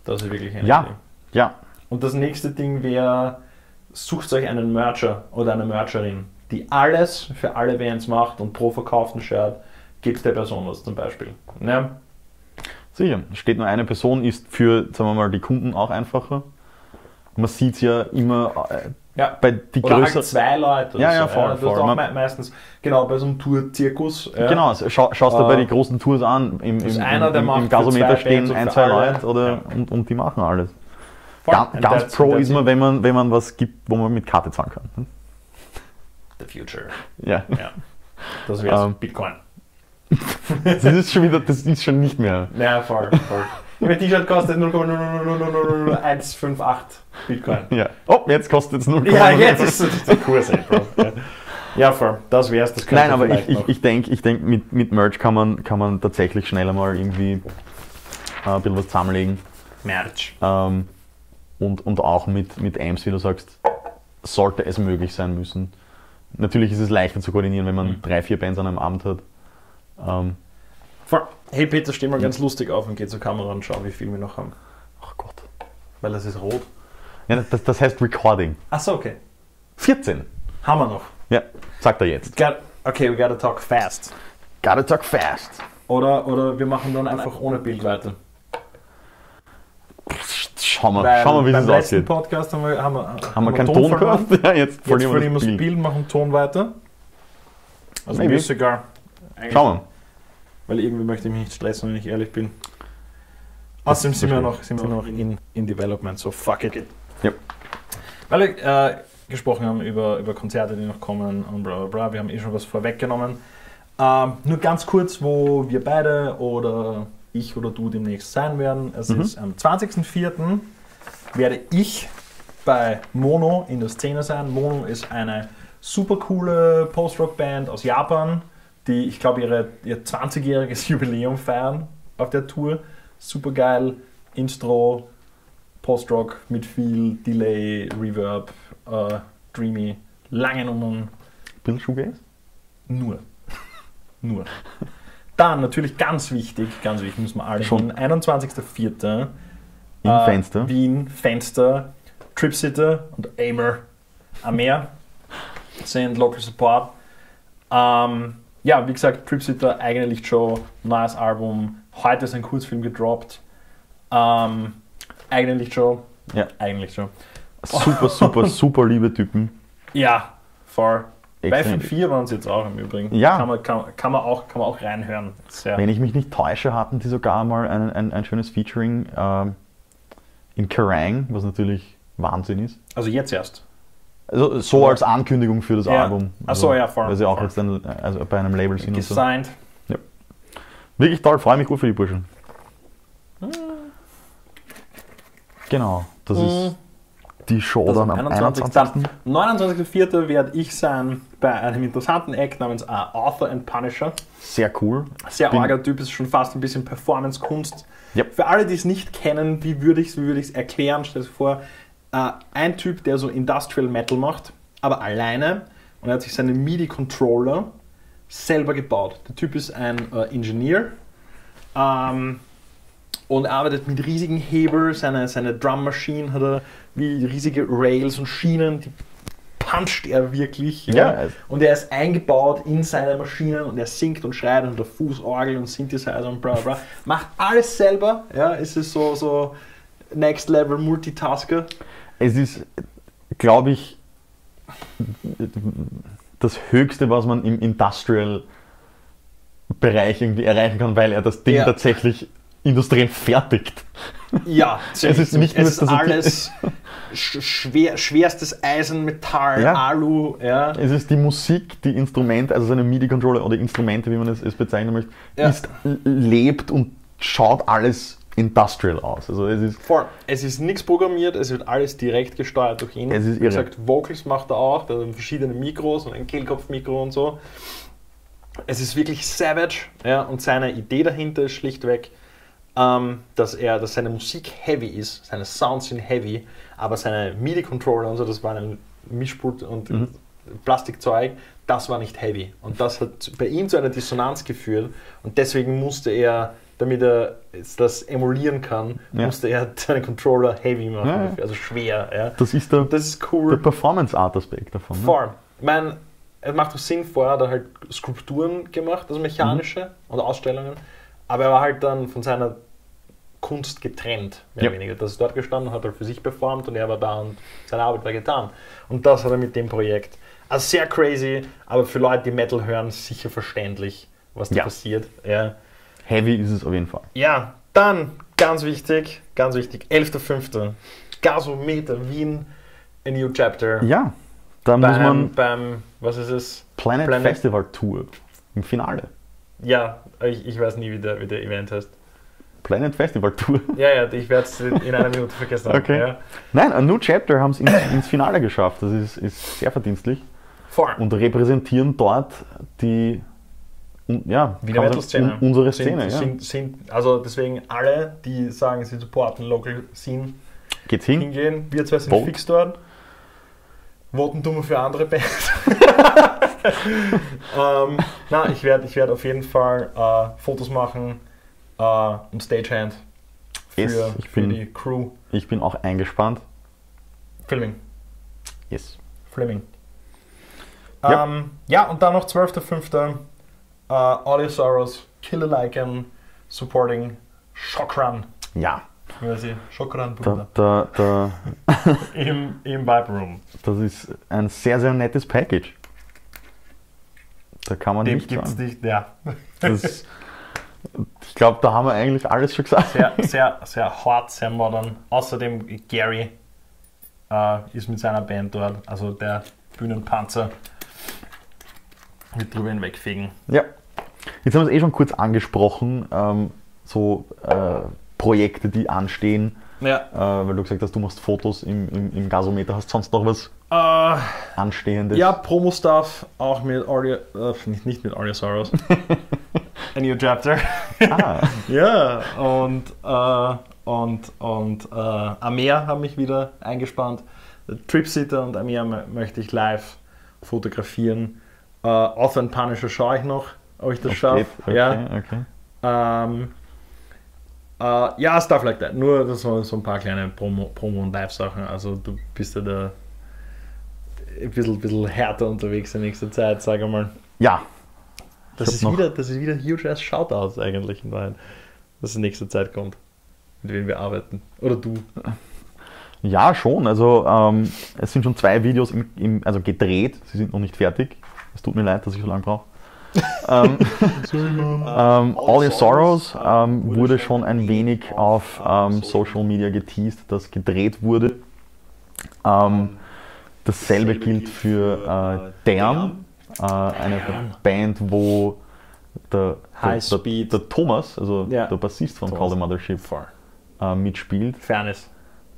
Speaker 1: Das ist wirklich eine
Speaker 2: Ja.
Speaker 1: Idee.
Speaker 2: Ja.
Speaker 1: Und das nächste Ding wäre, sucht euch einen Mercher oder eine Mercherin, die alles für alle Bands macht und pro verkauften Shirt gibt der Person was zum Beispiel. Ne?
Speaker 2: Sicher. Steht nur eine Person, ist für, sagen wir mal, die Kunden auch einfacher. Man sieht ja immer äh,
Speaker 1: Ja.
Speaker 2: bei die
Speaker 1: Oder halt
Speaker 2: größeren.
Speaker 1: zwei Leute.
Speaker 2: Ja,
Speaker 1: oder
Speaker 2: ja, voll,
Speaker 1: Das ist
Speaker 2: voll.
Speaker 1: auch
Speaker 2: Man-
Speaker 1: me meistens, genau, bei so einem Tour-Zirkus. ja.
Speaker 2: Genau, also schau, schaust du
Speaker 1: Äh,
Speaker 2: bei den großen Tours an, im, im,
Speaker 1: ist
Speaker 2: im,
Speaker 1: einer, der
Speaker 2: im,
Speaker 1: macht für
Speaker 2: im Gasometer
Speaker 1: zwei
Speaker 2: stehen
Speaker 1: Bands und
Speaker 2: ein,
Speaker 1: für
Speaker 2: zwei
Speaker 1: alle.
Speaker 2: Leute oder,
Speaker 1: Ja.
Speaker 2: und, und die machen alles.
Speaker 1: Voll.
Speaker 2: Ga-
Speaker 1: And
Speaker 2: Ganz
Speaker 1: that's-
Speaker 2: pro
Speaker 1: that's
Speaker 2: ist man, wenn man, wenn man was gibt, wo man mit Karte zahlen kann. Hm?
Speaker 1: The future.
Speaker 2: Ja.
Speaker 1: Ja. Das wäre
Speaker 2: Ähm.
Speaker 1: Bitcoin.
Speaker 2: Das ist schon wieder, das ist schon nicht mehr.
Speaker 1: Ja, voll, voll. Mein T-Shirt kostet 0,0000158 Bitcoin.
Speaker 2: Ja. Oh, jetzt kostet es 0,0.
Speaker 1: Ja, jetzt ist es der Kurs, ey, Bro. Ja. Ja, voll. Das wär's, das könnte
Speaker 2: Nein, aber ich,
Speaker 1: vielleicht
Speaker 2: ich,
Speaker 1: noch.
Speaker 2: ich denke, ich denk, mit, mit Merch kann man, kann man tatsächlich schneller mal irgendwie äh, ein bisschen was zusammenlegen.
Speaker 1: Merch.
Speaker 2: Ähm, und, und auch mit, mit Amps, wie du sagst, sollte es möglich sein müssen. Natürlich ist es leichter zu koordinieren, wenn man
Speaker 1: Mhm.
Speaker 2: drei, vier Bands an einem Abend hat. Ähm,
Speaker 1: Voll. Hey Peter, steh mal ganz lustig auf und geh zur Kamera und schau, wie viel wir noch haben.
Speaker 2: ach Oh Gott.
Speaker 1: Weil das ist rot.
Speaker 2: Ja, das, das heißt Recording.
Speaker 1: Achso, okay.
Speaker 2: 14.
Speaker 1: Haben wir noch.
Speaker 2: Ja, sagt er jetzt.
Speaker 1: Got, okay, we gotta talk fast.
Speaker 2: Gotta talk fast.
Speaker 1: Oder, oder wir machen dann einfach ohne Bild weiter.
Speaker 2: Schauen
Speaker 1: Oh,
Speaker 2: wir, schauen wir wie
Speaker 1: beim
Speaker 2: es
Speaker 1: letzten
Speaker 2: aussieht.
Speaker 1: Podcast haben wir, haben wir,
Speaker 2: Haben wir keinen Ton
Speaker 1: verloren.
Speaker 2: gehabt? Ja, jetzt
Speaker 1: Jetzt
Speaker 2: verlieren
Speaker 1: verlieren
Speaker 2: wir
Speaker 1: wir
Speaker 2: das
Speaker 1: das
Speaker 2: Bild.
Speaker 1: Bild, machen Ton weiter. Also
Speaker 2: Maybe.
Speaker 1: mir ist egal. Eigentlich-
Speaker 2: Schauen wir.
Speaker 1: Weil irgendwie möchte ich mich nicht stressen, wenn ich ehrlich bin. Außerdem sind wir
Speaker 2: verstehe
Speaker 1: noch, sind wir noch in, in Development, so fuck it.
Speaker 2: Ja.
Speaker 1: Weil wir äh, gesprochen haben über, über Konzerte, die noch kommen und bla bla bla, wir haben eh schon was vorweggenommen. Ähm, nur ganz kurz, wo wir beide oder ich oder du demnächst sein werden. Es ist am 20.04. werde ich bei Mono in der Szene sein. Mono ist eine super coole Post-Rock-Band aus Japan, die, ich glaube, ihre, ihr 20-jähriges Jubiläum feiern auf der Tour. Super geil, Instro, Post-Rock mit viel Delay, Reverb, äh, Dreamy, langen Nummern,
Speaker 2: Bisschen Shoegaze?
Speaker 1: nur. Nur. Dann natürlich ganz wichtig, ganz wichtig, müssen wir alle
Speaker 2: Schon.
Speaker 1: schon. 21.04.
Speaker 2: Im
Speaker 1: äh,
Speaker 2: Fenster.
Speaker 1: Wien, Fenster, Tripsitter und Aimer am Meer sind Local Support. Ähm, ja, wie gesagt, Tripsitter, eigene Lichtshow, neues Album. Heute ist ein Kurzfilm gedroppt. Ähm, eigene Lichtshow.
Speaker 2: Ja.
Speaker 1: Eigene Lichtshow.
Speaker 2: Super, super, super liebe Typen.
Speaker 1: Ja, voll. Bei
Speaker 2: Extrem.
Speaker 1: 4 waren sie jetzt auch im Übrigen.
Speaker 2: Ja.
Speaker 1: Kann man, kann, kann man, auch, kann man auch reinhören. Sehr.
Speaker 2: Wenn ich mich nicht täusche, hatten die sogar mal ein, ein, ein schönes Featuring ähm, in Kerrang, was natürlich Wahnsinn ist.
Speaker 1: Also jetzt erst.
Speaker 2: Also so als Ankündigung für das
Speaker 1: Ja.
Speaker 2: Album. Also,
Speaker 1: Ach so, ja, voll,
Speaker 2: Weil sie auch
Speaker 1: voll.
Speaker 2: jetzt dann, also bei einem Label sind und so.
Speaker 1: Gesigned. Ah.
Speaker 2: Wirklich toll, freue mich gut für die Burschen. Genau, das ist die Show
Speaker 1: Mhm. Das
Speaker 2: dann
Speaker 1: Also am
Speaker 2: am
Speaker 1: 21.
Speaker 2: 21.
Speaker 1: 29.04. werde ich sein bei einem interessanten Act namens äh, Arthur and Punisher.
Speaker 2: Sehr cool.
Speaker 1: Sehr
Speaker 2: Bin-
Speaker 1: arger Typ, ist schon fast ein bisschen Performance-Kunst.
Speaker 2: Yep.
Speaker 1: Für alle, die es nicht kennen, wie würde ich es würd ich's erklären? Stell dir vor, äh, ein Typ, der so Industrial Metal macht, aber alleine und er hat sich seine MIDI-Controller selber gebaut. Der Typ ist ein äh, Ingenieur ähm, und arbeitet mit riesigen Hebel. Seine, seine Drum Machine hat er wie riesige Rails und Schienen, die puncht er wirklich.
Speaker 2: Ja, also es-
Speaker 1: Und er ist eingebaut in seine Maschinen und er singt und schreit und der Fußorgel und Synthesizer und bla bla. bla. Macht alles selber. Ja, es ist so, so Next Level Multitasker.
Speaker 2: Es ist, glaube ich, das Höchste, was man im Industrial-Bereich irgendwie erreichen kann, weil er das Ding
Speaker 1: Ja.
Speaker 2: tatsächlich industriell fertigt.
Speaker 1: Ja, ziemlich
Speaker 2: ist nicht
Speaker 1: es
Speaker 2: nur,
Speaker 1: ist
Speaker 2: dass er die-
Speaker 1: alles sch schwer, schwerstes Eisen, Metall,
Speaker 2: Ja.
Speaker 1: Alu. Ja.
Speaker 2: Es ist die Musik, die Instrumente, also seine MIDI-Controller oder Instrumente, wie man es, es bezeichnen möchte,
Speaker 1: Ja.
Speaker 2: ist, äh, lebt und schaut alles industrial aus. Also es ist
Speaker 1: Voll. Es ist nichts programmiert, es wird alles direkt gesteuert durch ihn.
Speaker 2: Es ist
Speaker 1: Wie
Speaker 2: irre.
Speaker 1: gesagt, Vocals macht er auch, der hat verschiedene Mikros und ein Kehlkopfmikro und so. Es ist wirklich savage ja, und seine Idee dahinter ist schlichtweg, ähm, dass er, dass seine Musik heavy ist, seine Sounds sind heavy, aber seine MIDI-Controller und so, das waren ein Mischpult und
Speaker 2: Mhm.
Speaker 1: Plastikzeug, das war nicht heavy. Und das hat bei ihm zu einer Dissonanz geführt und deswegen musste er, damit er jetzt das emulieren kann,
Speaker 2: Ja.
Speaker 1: musste er seine Controller heavy machen,
Speaker 2: Ja, ja.
Speaker 1: dafür, also schwer. Ja.
Speaker 2: das ist der,
Speaker 1: Das ist
Speaker 2: der
Speaker 1: cool.
Speaker 2: Performance-Art-Aspekt davon. Ne?
Speaker 1: Voll. Mhm. Ich meine, es macht doch Sinn, vorher hat er halt Skulpturen gemacht, also mechanische
Speaker 2: Mhm.
Speaker 1: und Ausstellungen, aber er war halt dann von seiner Kunst getrennt, mehr oder
Speaker 2: Ja.
Speaker 1: weniger. Das ist dort gestanden, hat er für sich performt und er war da und seine Arbeit war getan. Und das hat er mit dem Projekt. Also sehr crazy, aber für Leute, die Metal hören, sicher verständlich, was da
Speaker 2: Ja.
Speaker 1: passiert. Ja.
Speaker 2: Heavy ist es auf jeden Fall.
Speaker 1: ja, dann ganz wichtig, ganz wichtig, 11.05. Gasometer Wien, a new chapter.
Speaker 2: Ja, da muss
Speaker 1: beim,
Speaker 2: man
Speaker 1: beim, was ist es?
Speaker 2: Planet,
Speaker 1: Planet-
Speaker 2: Festival Tour im Finale.
Speaker 1: Ja, ich, ich weiß nie, wie der, wie der Event heißt.
Speaker 2: Planet Festival Tour.
Speaker 1: Ja, ja, ich werde es in einer Minute vergessen. haben,
Speaker 2: Okay.
Speaker 1: Ja.
Speaker 2: Nein, A New Chapter haben es ins, ins Finale geschafft. Das ist, ist sehr verdienstlich.
Speaker 1: Voll.
Speaker 2: Und repräsentieren dort die un- ja,
Speaker 1: Wiener
Speaker 2: kann man
Speaker 1: Metal-Szene.
Speaker 2: sagen, un- unsere Szene.
Speaker 1: Sind,
Speaker 2: ja.
Speaker 1: sind, sind, also deswegen alle, die sagen, sie supporten Local Scene,
Speaker 2: Geht's hin?
Speaker 1: hingehen. Wir zwei sind
Speaker 2: Vote.
Speaker 1: fix dort. Voten dumme für andere Bands. ähm, na, ich werde ich werd auf jeden Fall äh, Fotos machen äh, und Stagehand für,
Speaker 2: Yes, ich
Speaker 1: für
Speaker 2: bin-
Speaker 1: die Crew.
Speaker 2: Ich bin auch eingespannt.
Speaker 1: Filming.
Speaker 2: Yes.
Speaker 1: Fleming.
Speaker 2: Ja.
Speaker 1: Ähm, ja, und dann noch 12.05. Uh, Audio Soros, Kill a Lycan, supporting Shokran.
Speaker 2: Ja,
Speaker 1: Wie heißt sie? Shokran
Speaker 2: da,
Speaker 1: Bruder.
Speaker 2: da, da,
Speaker 1: Im, Im Vibe Room.
Speaker 2: das ist ein sehr, sehr nettes Package. Da kann man
Speaker 1: Dem
Speaker 2: nicht
Speaker 1: gibt's
Speaker 2: sagen.
Speaker 1: nicht. Ja.
Speaker 2: Das, ich glaube, da haben wir eigentlich alles schon gesagt.
Speaker 1: Sehr, sehr, sehr hart, sehr modern. Außerdem Gary äh, ist mit seiner Band dort, also der Bühnenpanzer. Mit drüber hinwegfegen.
Speaker 2: Ja. Jetzt haben wir es eh schon kurz angesprochen, ähm, so äh, Projekte, die anstehen,
Speaker 1: Ja.
Speaker 2: äh, weil du gesagt hast, du machst Fotos im, im, im Gasometer. Hast sonst noch was
Speaker 1: Äh,
Speaker 2: Anstehendes?
Speaker 1: Ja, Promo-Stuff, auch mit Audio, äh, nicht, nicht mit Audio Soros. A New Chapter.
Speaker 2: Ah,
Speaker 1: ja, und, äh, und, und äh, Amir haben mich wieder eingespannt. Tripsitter und Amir mö- möchte ich live fotografieren. Äh, Author and Punisher schaue ich noch, ob ich das schaffe.
Speaker 2: okay, okay,
Speaker 1: Ja,
Speaker 2: okay.
Speaker 1: ähm, äh, ja, Stuff like that. Nur das so, so ein paar kleine Promo, Promo und Live-Sachen. Also du bist ja da ein bisschen, bisschen härter unterwegs in nächster Zeit, sag mal.
Speaker 2: Ja,
Speaker 1: Das
Speaker 2: hab
Speaker 1: ist,
Speaker 2: noch-
Speaker 1: wieder, das ist wieder huge ass Shoutouts eigentlich in Wahrheit, was in nächster Zeit kommt, mit wem wir arbeiten. Oder du.
Speaker 2: Ja, schon. Also ähm, es sind schon zwei Videos im, im, also gedreht. Sie sind noch nicht fertig. Es tut mir leid, dass ich so lange brauche. ähm, ähm, All Your Sorrows ähm, wurde schon ein wenig auf ähm, Social Media geteased, dass gedreht wurde. Ähm, dasselbe gilt für äh, Damn, äh, eine Band, wo der, der,
Speaker 1: High
Speaker 2: der,
Speaker 1: Speed.
Speaker 2: der Thomas, also
Speaker 1: Ja.
Speaker 2: der Bassist von
Speaker 1: Thomas.
Speaker 2: Call the Mothership,
Speaker 1: Voll.
Speaker 2: äh, mitspielt.
Speaker 1: Fairness.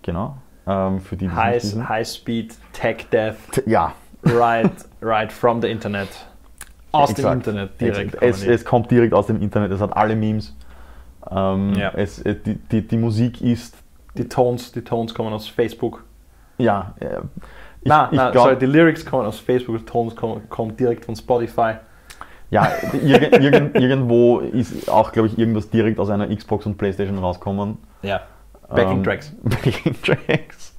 Speaker 2: Genau. Ähm, für die, die es nicht
Speaker 3: High,
Speaker 1: Mhm.
Speaker 2: wissen.
Speaker 3: high Speed Tech Death
Speaker 2: T- Ja,
Speaker 3: right, right from the Internet. Aus dem
Speaker 2: Exakt.
Speaker 3: Internet direkt.
Speaker 2: Es,
Speaker 3: kommen die.
Speaker 2: es kommt direkt aus dem Internet, es hat alle Memes. Ähm,
Speaker 3: Ja.
Speaker 2: es, äh, die, die, die Musik ist,
Speaker 3: die, Tones, die Tones kommen aus Facebook.
Speaker 2: ja, äh, ich,
Speaker 3: Na,
Speaker 2: ich
Speaker 3: na,
Speaker 2: glaub-
Speaker 3: sorry, die Lyrics kommen aus Facebook, die Tones kommen, kommen direkt von Spotify.
Speaker 2: ja, irgend, irgend, irgendwo ist auch, glaube ich, irgendwas direkt aus einer Xbox und Playstation rauskommen.
Speaker 3: Ja. Backing
Speaker 2: Ähm,
Speaker 3: Tracks.
Speaker 2: Backing Tracks.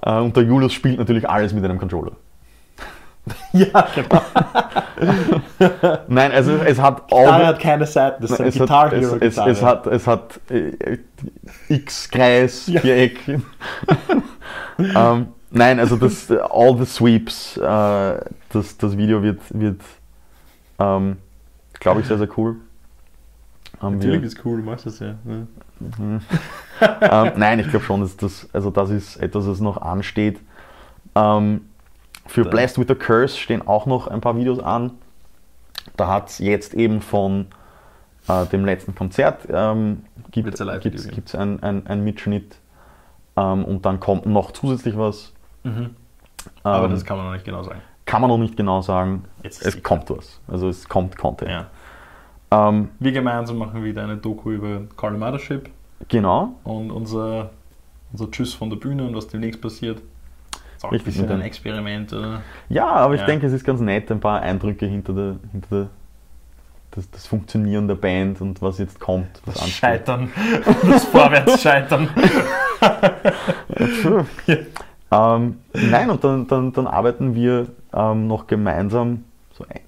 Speaker 2: Äh, und der Julius spielt natürlich alles mit einem Controller.
Speaker 3: Ja, genau.
Speaker 2: Nein, also es hat auch.
Speaker 3: Aber hat keine Seiten, das ist
Speaker 2: Nein,
Speaker 3: ein
Speaker 2: es,
Speaker 3: Guitar
Speaker 2: hat,
Speaker 3: Hero
Speaker 2: es, es, es hat, es hat äh, X-Kreis,
Speaker 3: Ja.
Speaker 2: Viereck. ähm, nein, also das äh, All the Sweeps, äh, das, das Video wird, wird ähm, glaube ich, sehr, sehr cool. Haben wir-
Speaker 1: Natürlich ist cool, du machst das ja. Ne?
Speaker 2: ähm, nein, ich glaube schon, dass das, also das ist etwas, was noch ansteht. Ähm, für Blessed with a Curse stehen auch noch ein paar Videos an. Da hat es jetzt eben von äh, dem letzten Konzert ähm, gibt
Speaker 1: Wird's ein Live-Video geben.
Speaker 2: es einen ein, ein Mitschnitt ähm, und dann kommt noch zusätzlich was.
Speaker 1: Mhm. Aber
Speaker 2: Ähm,
Speaker 1: das kann man noch nicht genau sagen.
Speaker 2: kann man noch nicht genau sagen.
Speaker 1: Jetzt ist
Speaker 2: es
Speaker 1: sicher.
Speaker 2: kommt was. Also es kommt Content.
Speaker 1: Ja.
Speaker 2: Ähm,
Speaker 1: Wir gemeinsam machen wieder eine Doku über Carl Mothership
Speaker 2: genau.
Speaker 1: und unser, unser Tschüss von der Bühne und was demnächst passiert. Ist auch ein
Speaker 2: Richtig,
Speaker 1: bisschen
Speaker 2: mit
Speaker 1: ein
Speaker 2: dem-
Speaker 1: Experiment, oder?
Speaker 2: Ja, aber ich
Speaker 1: Ja.
Speaker 2: denke, es ist ganz nett, ein paar Eindrücke hinter, der, hinter der, das, das Funktionieren der Band und was jetzt kommt. Was
Speaker 1: Das
Speaker 2: ansteht.
Speaker 1: Scheitern. Das Vorwärtsscheitern.
Speaker 2: Ähm, nein, und dann, dann, dann arbeiten wir ähm, noch gemeinsam so ein,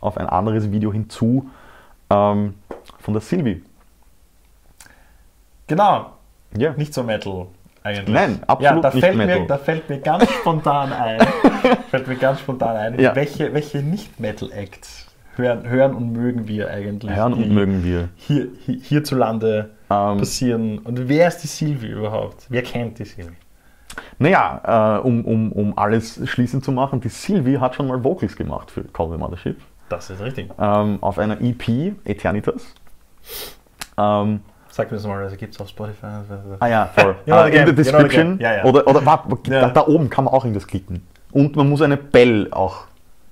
Speaker 2: auf ein anderes Video hinzu ähm, von der Silvi.
Speaker 1: genau.
Speaker 2: Ja.
Speaker 1: Nicht so Metal eigentlich.
Speaker 2: Nein,
Speaker 1: ja,
Speaker 2: absolut
Speaker 1: da
Speaker 2: nicht
Speaker 1: fällt
Speaker 2: Metal.
Speaker 1: Mir, da fällt mir ganz spontan ein, fällt mir ganz spontan ein,
Speaker 2: Ja.
Speaker 1: welche, welche Nicht-Metal-Acts hören, hören und mögen wir eigentlich,
Speaker 2: Hören und
Speaker 1: die
Speaker 2: mögen wir.
Speaker 1: Hier, hier, hierzulande
Speaker 2: Ähm,
Speaker 1: passieren. Und wer ist die Silvi überhaupt? Wer kennt die Silvi?
Speaker 2: naja, äh, um, um, um alles schließend zu machen, die Silvi hat schon mal Vocals gemacht für Call the Mothership.
Speaker 1: Das ist richtig.
Speaker 2: Ähm, auf einer EP, Eternitas. Ähm,
Speaker 1: Sag mir das mal, also gibt es auf Spotify.
Speaker 2: Ah ja, voll.
Speaker 1: You know
Speaker 2: Ah,
Speaker 1: the game, you
Speaker 2: in der
Speaker 1: know the
Speaker 2: Description.
Speaker 1: game. Ja, ja.
Speaker 2: Oder, oder warte,
Speaker 1: Ja.
Speaker 2: da, da oben kann man auch irgendwas klicken. Und man muss eine Bell auch.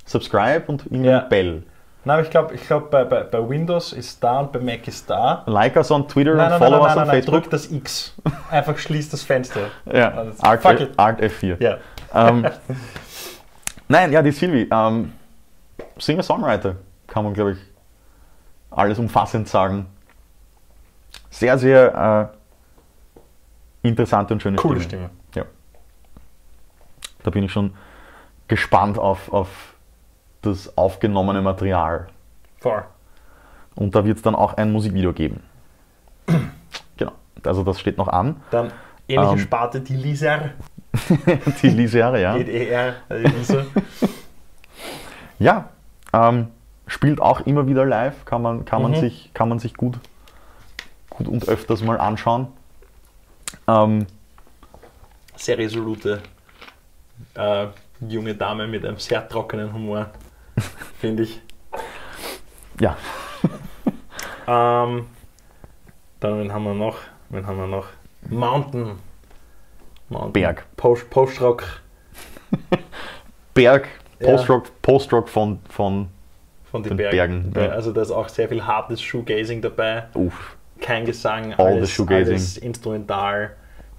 Speaker 2: Subscribe und irgendwie
Speaker 1: Ja.
Speaker 2: Bell.
Speaker 1: Nein, aber ich glaube, ich glaub, bei, bei, bei Windows ist da und bei Mac ist da.
Speaker 2: Like us on Twitter
Speaker 1: Nein,
Speaker 2: und
Speaker 1: nein, nein,
Speaker 2: follow
Speaker 1: nein, nein,
Speaker 2: us
Speaker 1: nein,
Speaker 2: on
Speaker 1: drück das X. Einfach schließ das Fenster.
Speaker 2: Facebook.
Speaker 1: das-
Speaker 2: Ja. Art,
Speaker 1: Fuck it.
Speaker 2: Art F4.
Speaker 1: Ja.
Speaker 2: Ähm, nein, ja, die Silvi. Ähm, Singer-Songwriter kann man, glaube ich, alles umfassend sagen. Sehr, sehr äh, interessante und schöne
Speaker 1: Coole
Speaker 2: Stimme.
Speaker 1: Stimme.
Speaker 2: Ja. Da bin ich schon gespannt auf, auf das aufgenommene Material.
Speaker 1: Voll.
Speaker 2: Und da wird es dann auch ein Musikvideo geben. Genau. Also das steht noch an.
Speaker 1: Dann ähnliche
Speaker 2: Ähm.
Speaker 1: Sparte, die Liser.
Speaker 2: Die Lisere, ja.
Speaker 1: EDR, also Lisa.
Speaker 2: Ja. Ähm, spielt auch immer wieder live, kann man, kann man,
Speaker 1: Mhm.
Speaker 2: sich, kann man sich gut, gut und öfters mal anschauen. Ähm,
Speaker 1: sehr resolute äh, junge Dame mit einem sehr trockenen Humor, finde ich.
Speaker 2: ja.
Speaker 1: Ähm, dann wen haben wir noch? Wen haben wir noch? Mountain. Mountain.
Speaker 2: Berg.
Speaker 1: Post, Postrock
Speaker 2: Berg,
Speaker 1: Ja.
Speaker 2: Postrock, Postrock von, von
Speaker 1: von den,
Speaker 2: Den
Speaker 1: Bergen.
Speaker 2: Bergen, ja.
Speaker 1: Also da ist auch sehr viel hartes Shoegazing dabei.
Speaker 2: uff,
Speaker 1: Kein Gesang,
Speaker 2: All the
Speaker 1: alles,
Speaker 2: Shoegazing.
Speaker 1: alles instrumental.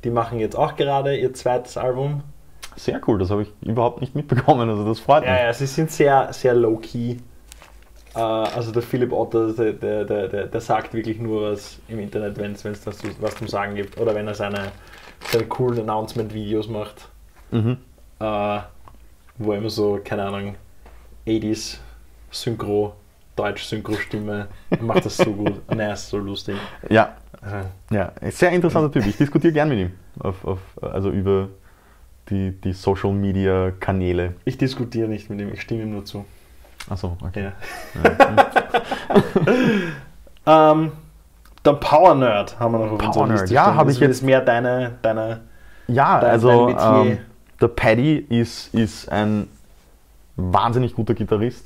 Speaker 1: Die machen jetzt auch gerade ihr zweites Album.
Speaker 2: sehr cool, das habe ich überhaupt nicht mitbekommen, also das freut mich.
Speaker 1: Ja, ja, sie sind sehr, sehr low-key. Äh, Also der Philipp Otter, der, der, der, der, der sagt wirklich nur was im Internet, wenn es was, zu- was zum Sagen gibt. Oder wenn er seine, seine coolen Announcement-Videos macht,
Speaker 2: Mhm.
Speaker 1: äh, wo er immer so, keine Ahnung, 80s Synchro, Deutsch-Synchro-Stimme, er macht das so gut. Und er ist so lustig.
Speaker 2: Ja,
Speaker 1: Also,
Speaker 2: ja, ist sehr interessanter Typ. Ich diskutiere gern mit ihm. Auf, auf, also über die, die Social Media Kanäle.
Speaker 1: Ich diskutiere nicht mit ihm, ich stimme ihm nur zu.
Speaker 2: Achso, okay.
Speaker 1: Ja. ähm, dann Power Nerd haben wir noch auf
Speaker 2: Power
Speaker 1: unserer
Speaker 2: Nerd,
Speaker 1: Liste
Speaker 2: ja,
Speaker 1: stehen.
Speaker 2: hab
Speaker 1: Das
Speaker 2: ich
Speaker 1: ist
Speaker 2: jetzt-
Speaker 1: mehr deine, deine
Speaker 2: Ja,
Speaker 1: Dein-
Speaker 2: also
Speaker 1: dein Metier.
Speaker 2: ähm, der Paddy ist, ist ein wahnsinnig guter Gitarrist.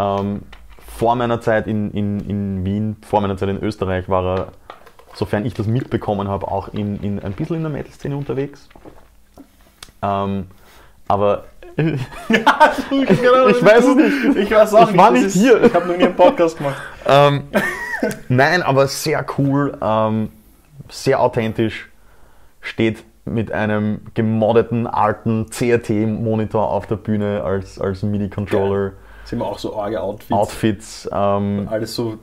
Speaker 2: Ähm, vor meiner Zeit in, in, in Wien, vor meiner Zeit in Österreich war er sofern ich das mitbekommen habe, auch in, in, ein bisschen in der Metal-Szene unterwegs. Ähm, aber
Speaker 1: ich
Speaker 2: ich weiß es nicht.
Speaker 1: Ich weiß auch
Speaker 2: Ich war
Speaker 1: das
Speaker 2: nicht hier.
Speaker 1: Ich habe noch nie einen Podcast gemacht.
Speaker 2: Ähm, nein, aber sehr cool, ähm, sehr authentisch, steht mit einem gemoddeten alten CRT-Monitor auf der Bühne als, als MIDI-Controller,
Speaker 1: Sind wir auch so arge Outfits.
Speaker 2: Outfits, ähm,
Speaker 1: Alles so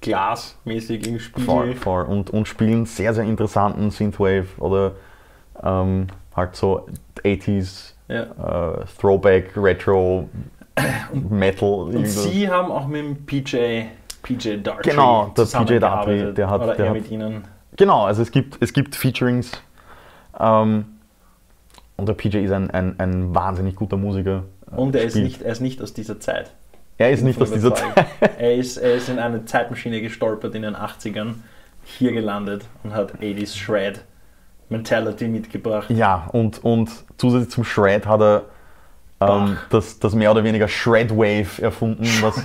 Speaker 1: glasmäßig im Spiegel.
Speaker 2: voll, voll. Und, und spielen sehr, sehr interessanten Synthwave oder ähm, halt so 80s
Speaker 1: Ja.
Speaker 2: äh, Throwback, Retro, Metal.
Speaker 1: Und
Speaker 2: irgendwas.
Speaker 1: Sie haben auch mit dem PJ, PJ Dartree
Speaker 2: Genau, der PJ
Speaker 1: zusammengearbeitet.
Speaker 2: Dartree, der hat-
Speaker 1: Oder
Speaker 2: der
Speaker 1: er
Speaker 2: hat-
Speaker 1: mit Ihnen.
Speaker 2: Genau, also es gibt, es gibt Featurings. Ähm, und der PJ ist ein, ein, ein wahnsinnig guter Musiker. äh,
Speaker 1: Und er ist,
Speaker 2: spielt-
Speaker 1: nicht, er ist nicht aus dieser Zeit.
Speaker 2: er ist nicht
Speaker 1: Von
Speaker 2: aus dieser
Speaker 1: überzeugt.
Speaker 2: Zeit.
Speaker 1: Er ist, er ist in eine Zeitmaschine gestolpert in den 80ern, hier gelandet und hat 80s Shred Mentality mitgebracht.
Speaker 2: Ja, und, und zusätzlich zum Shred hat er ähm, das, das mehr oder weniger Shred Wave erfunden, was,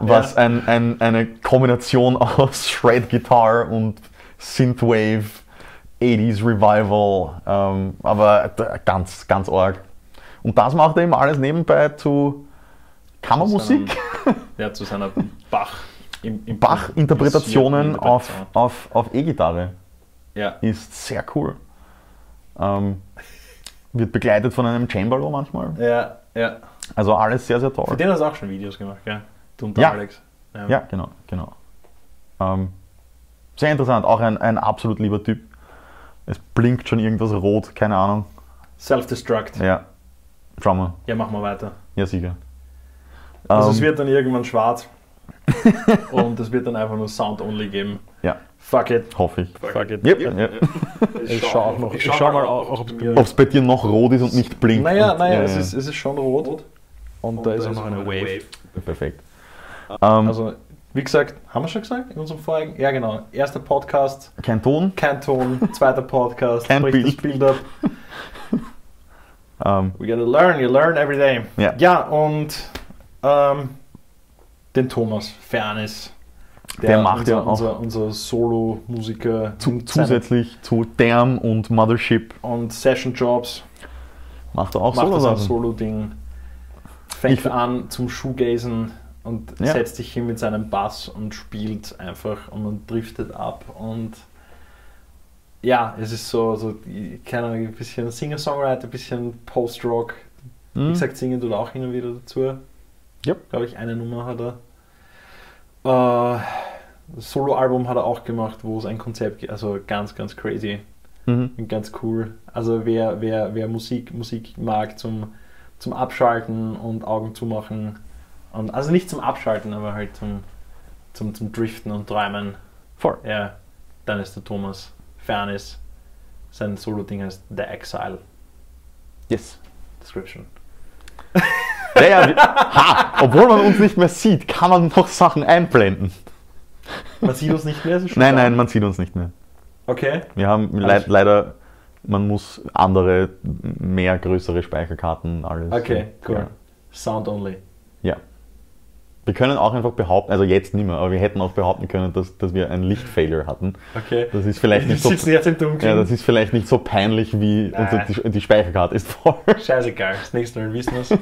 Speaker 2: was ein, ein, eine Kombination aus Shred Guitar und Synthwave, 80s Revival, ähm, aber d- ganz, ganz arg. Und das macht er eben alles nebenbei zu Kammermusik.
Speaker 1: Ja, zu seiner Bach. im- im-
Speaker 2: Bach-Interpretationen
Speaker 1: im-
Speaker 2: auf, auf, auf E-Gitarre
Speaker 1: Ja.
Speaker 2: ist sehr cool. Ähm, wird begleitet von einem Cembalo manchmal.
Speaker 1: ja, ja.
Speaker 2: Also alles sehr, sehr
Speaker 1: Für
Speaker 2: toll.
Speaker 1: den hast du auch schon Videos gemacht, gell? Du und der
Speaker 2: Ja.
Speaker 1: Alex.
Speaker 2: Ja, genau, genau. Ähm, sehr interessant, auch ein, ein absolut lieber Typ. Es blinkt schon irgendwas rot, keine Ahnung.
Speaker 1: Self-Destruct. Ja.
Speaker 2: Ja, Drummer,
Speaker 1: machen wir weiter.
Speaker 2: ja sicher.
Speaker 1: Also
Speaker 2: Ähm,
Speaker 1: es wird dann irgendwann schwarz und es wird dann einfach nur Sound only geben.
Speaker 2: Ja,
Speaker 1: Fuck it.
Speaker 2: hoffe ich.
Speaker 1: Fuck it.
Speaker 2: Yep, yep.
Speaker 1: Ich schau auch noch. Ich schau mal auch, auch ob es mir.
Speaker 2: Ob es bei dir noch rot ist und nicht blinkt.
Speaker 1: Naja,
Speaker 2: Und- äh,
Speaker 1: naja,
Speaker 2: ja,
Speaker 1: es,
Speaker 2: ja.
Speaker 1: Ist, es ist schon rot. Und, da ist auch noch eine Wave.
Speaker 2: perfekt. Ähm,
Speaker 1: Also, wie gesagt, haben wir schon gesagt in unserem vorigen? Ja, genau. Erster Podcast,
Speaker 2: kein Ton.
Speaker 1: kein Ton. Zweiter Podcast,
Speaker 2: Kein
Speaker 1: bricht das
Speaker 2: Bild.
Speaker 1: Bild ab.
Speaker 2: Ähm,
Speaker 1: We gotta learn, you learn every day.
Speaker 2: Ja.
Speaker 1: ja und ähm, den Thomas Fernes.
Speaker 2: Der macht
Speaker 1: unser,
Speaker 2: ja auch-
Speaker 1: Unser, unser Solo-Musiker.
Speaker 2: Zu,
Speaker 1: mit seinen-
Speaker 2: zusätzlich zu Damn und Mothership
Speaker 1: Und Session-Jobs.
Speaker 2: macht er auch
Speaker 1: macht
Speaker 2: so
Speaker 1: das ein
Speaker 2: was.
Speaker 1: Solo-Ding, fängt
Speaker 2: Ich-
Speaker 1: an zum Shoegazen und
Speaker 2: Ja.
Speaker 1: setzt sich hin mit seinem Bass und spielt einfach und man driftet ab und ja, es ist so, so die- keine Ahnung, ein bisschen Singer-Songwriter, ein bisschen Post-Rock. Wie
Speaker 2: Hm?
Speaker 1: gesagt, singen tut er auch hin und wieder dazu.
Speaker 2: Mhm. Yep.
Speaker 1: Glaube ich, eine Nummer hat er. Äh, Solo-Album hat er auch gemacht, wo es ein Konzept gibt. Also ganz, ganz crazy.
Speaker 2: Mhm.
Speaker 1: Ganz cool. Also wer, wer, wer Musik, Musik mag zum, zum Abschalten und Augen zumachen. Und, also nicht zum Abschalten, aber halt zum, zum, zum Driften und Träumen.
Speaker 2: Voll.
Speaker 1: Ja, dann ist der Thomas Fernis. Sein Solo-Ding heißt The Exile
Speaker 2: Yes.
Speaker 1: Description.
Speaker 2: Ja, ja, wir, ha, obwohl man uns nicht mehr sieht, kann man noch Sachen einblenden.
Speaker 1: Man sieht uns nicht mehr, ist es schon
Speaker 2: Nein,
Speaker 1: klar?
Speaker 2: nein, man sieht uns nicht mehr.
Speaker 1: Okay.
Speaker 2: Wir haben le
Speaker 1: Alles-
Speaker 2: leider, man muss andere, mehr größere Speicherkarten, alles.
Speaker 1: Okay, cool.
Speaker 2: Ja.
Speaker 1: Sound only.
Speaker 2: ja. Wir können auch einfach behaupten, also jetzt nicht mehr, aber wir hätten auch behaupten können, dass, dass wir ein Lichtfailure hatten.
Speaker 1: Okay.
Speaker 2: Das ist vielleicht
Speaker 1: Wir
Speaker 2: nicht so,
Speaker 1: sitzen jetzt im Dunkeln.
Speaker 2: ja, das ist vielleicht nicht so peinlich wie
Speaker 1: Nein.
Speaker 2: unsere- die, die Speicherkarte ist voll.
Speaker 1: Scheißegal, das nächste Mal wissen wir es. Ja.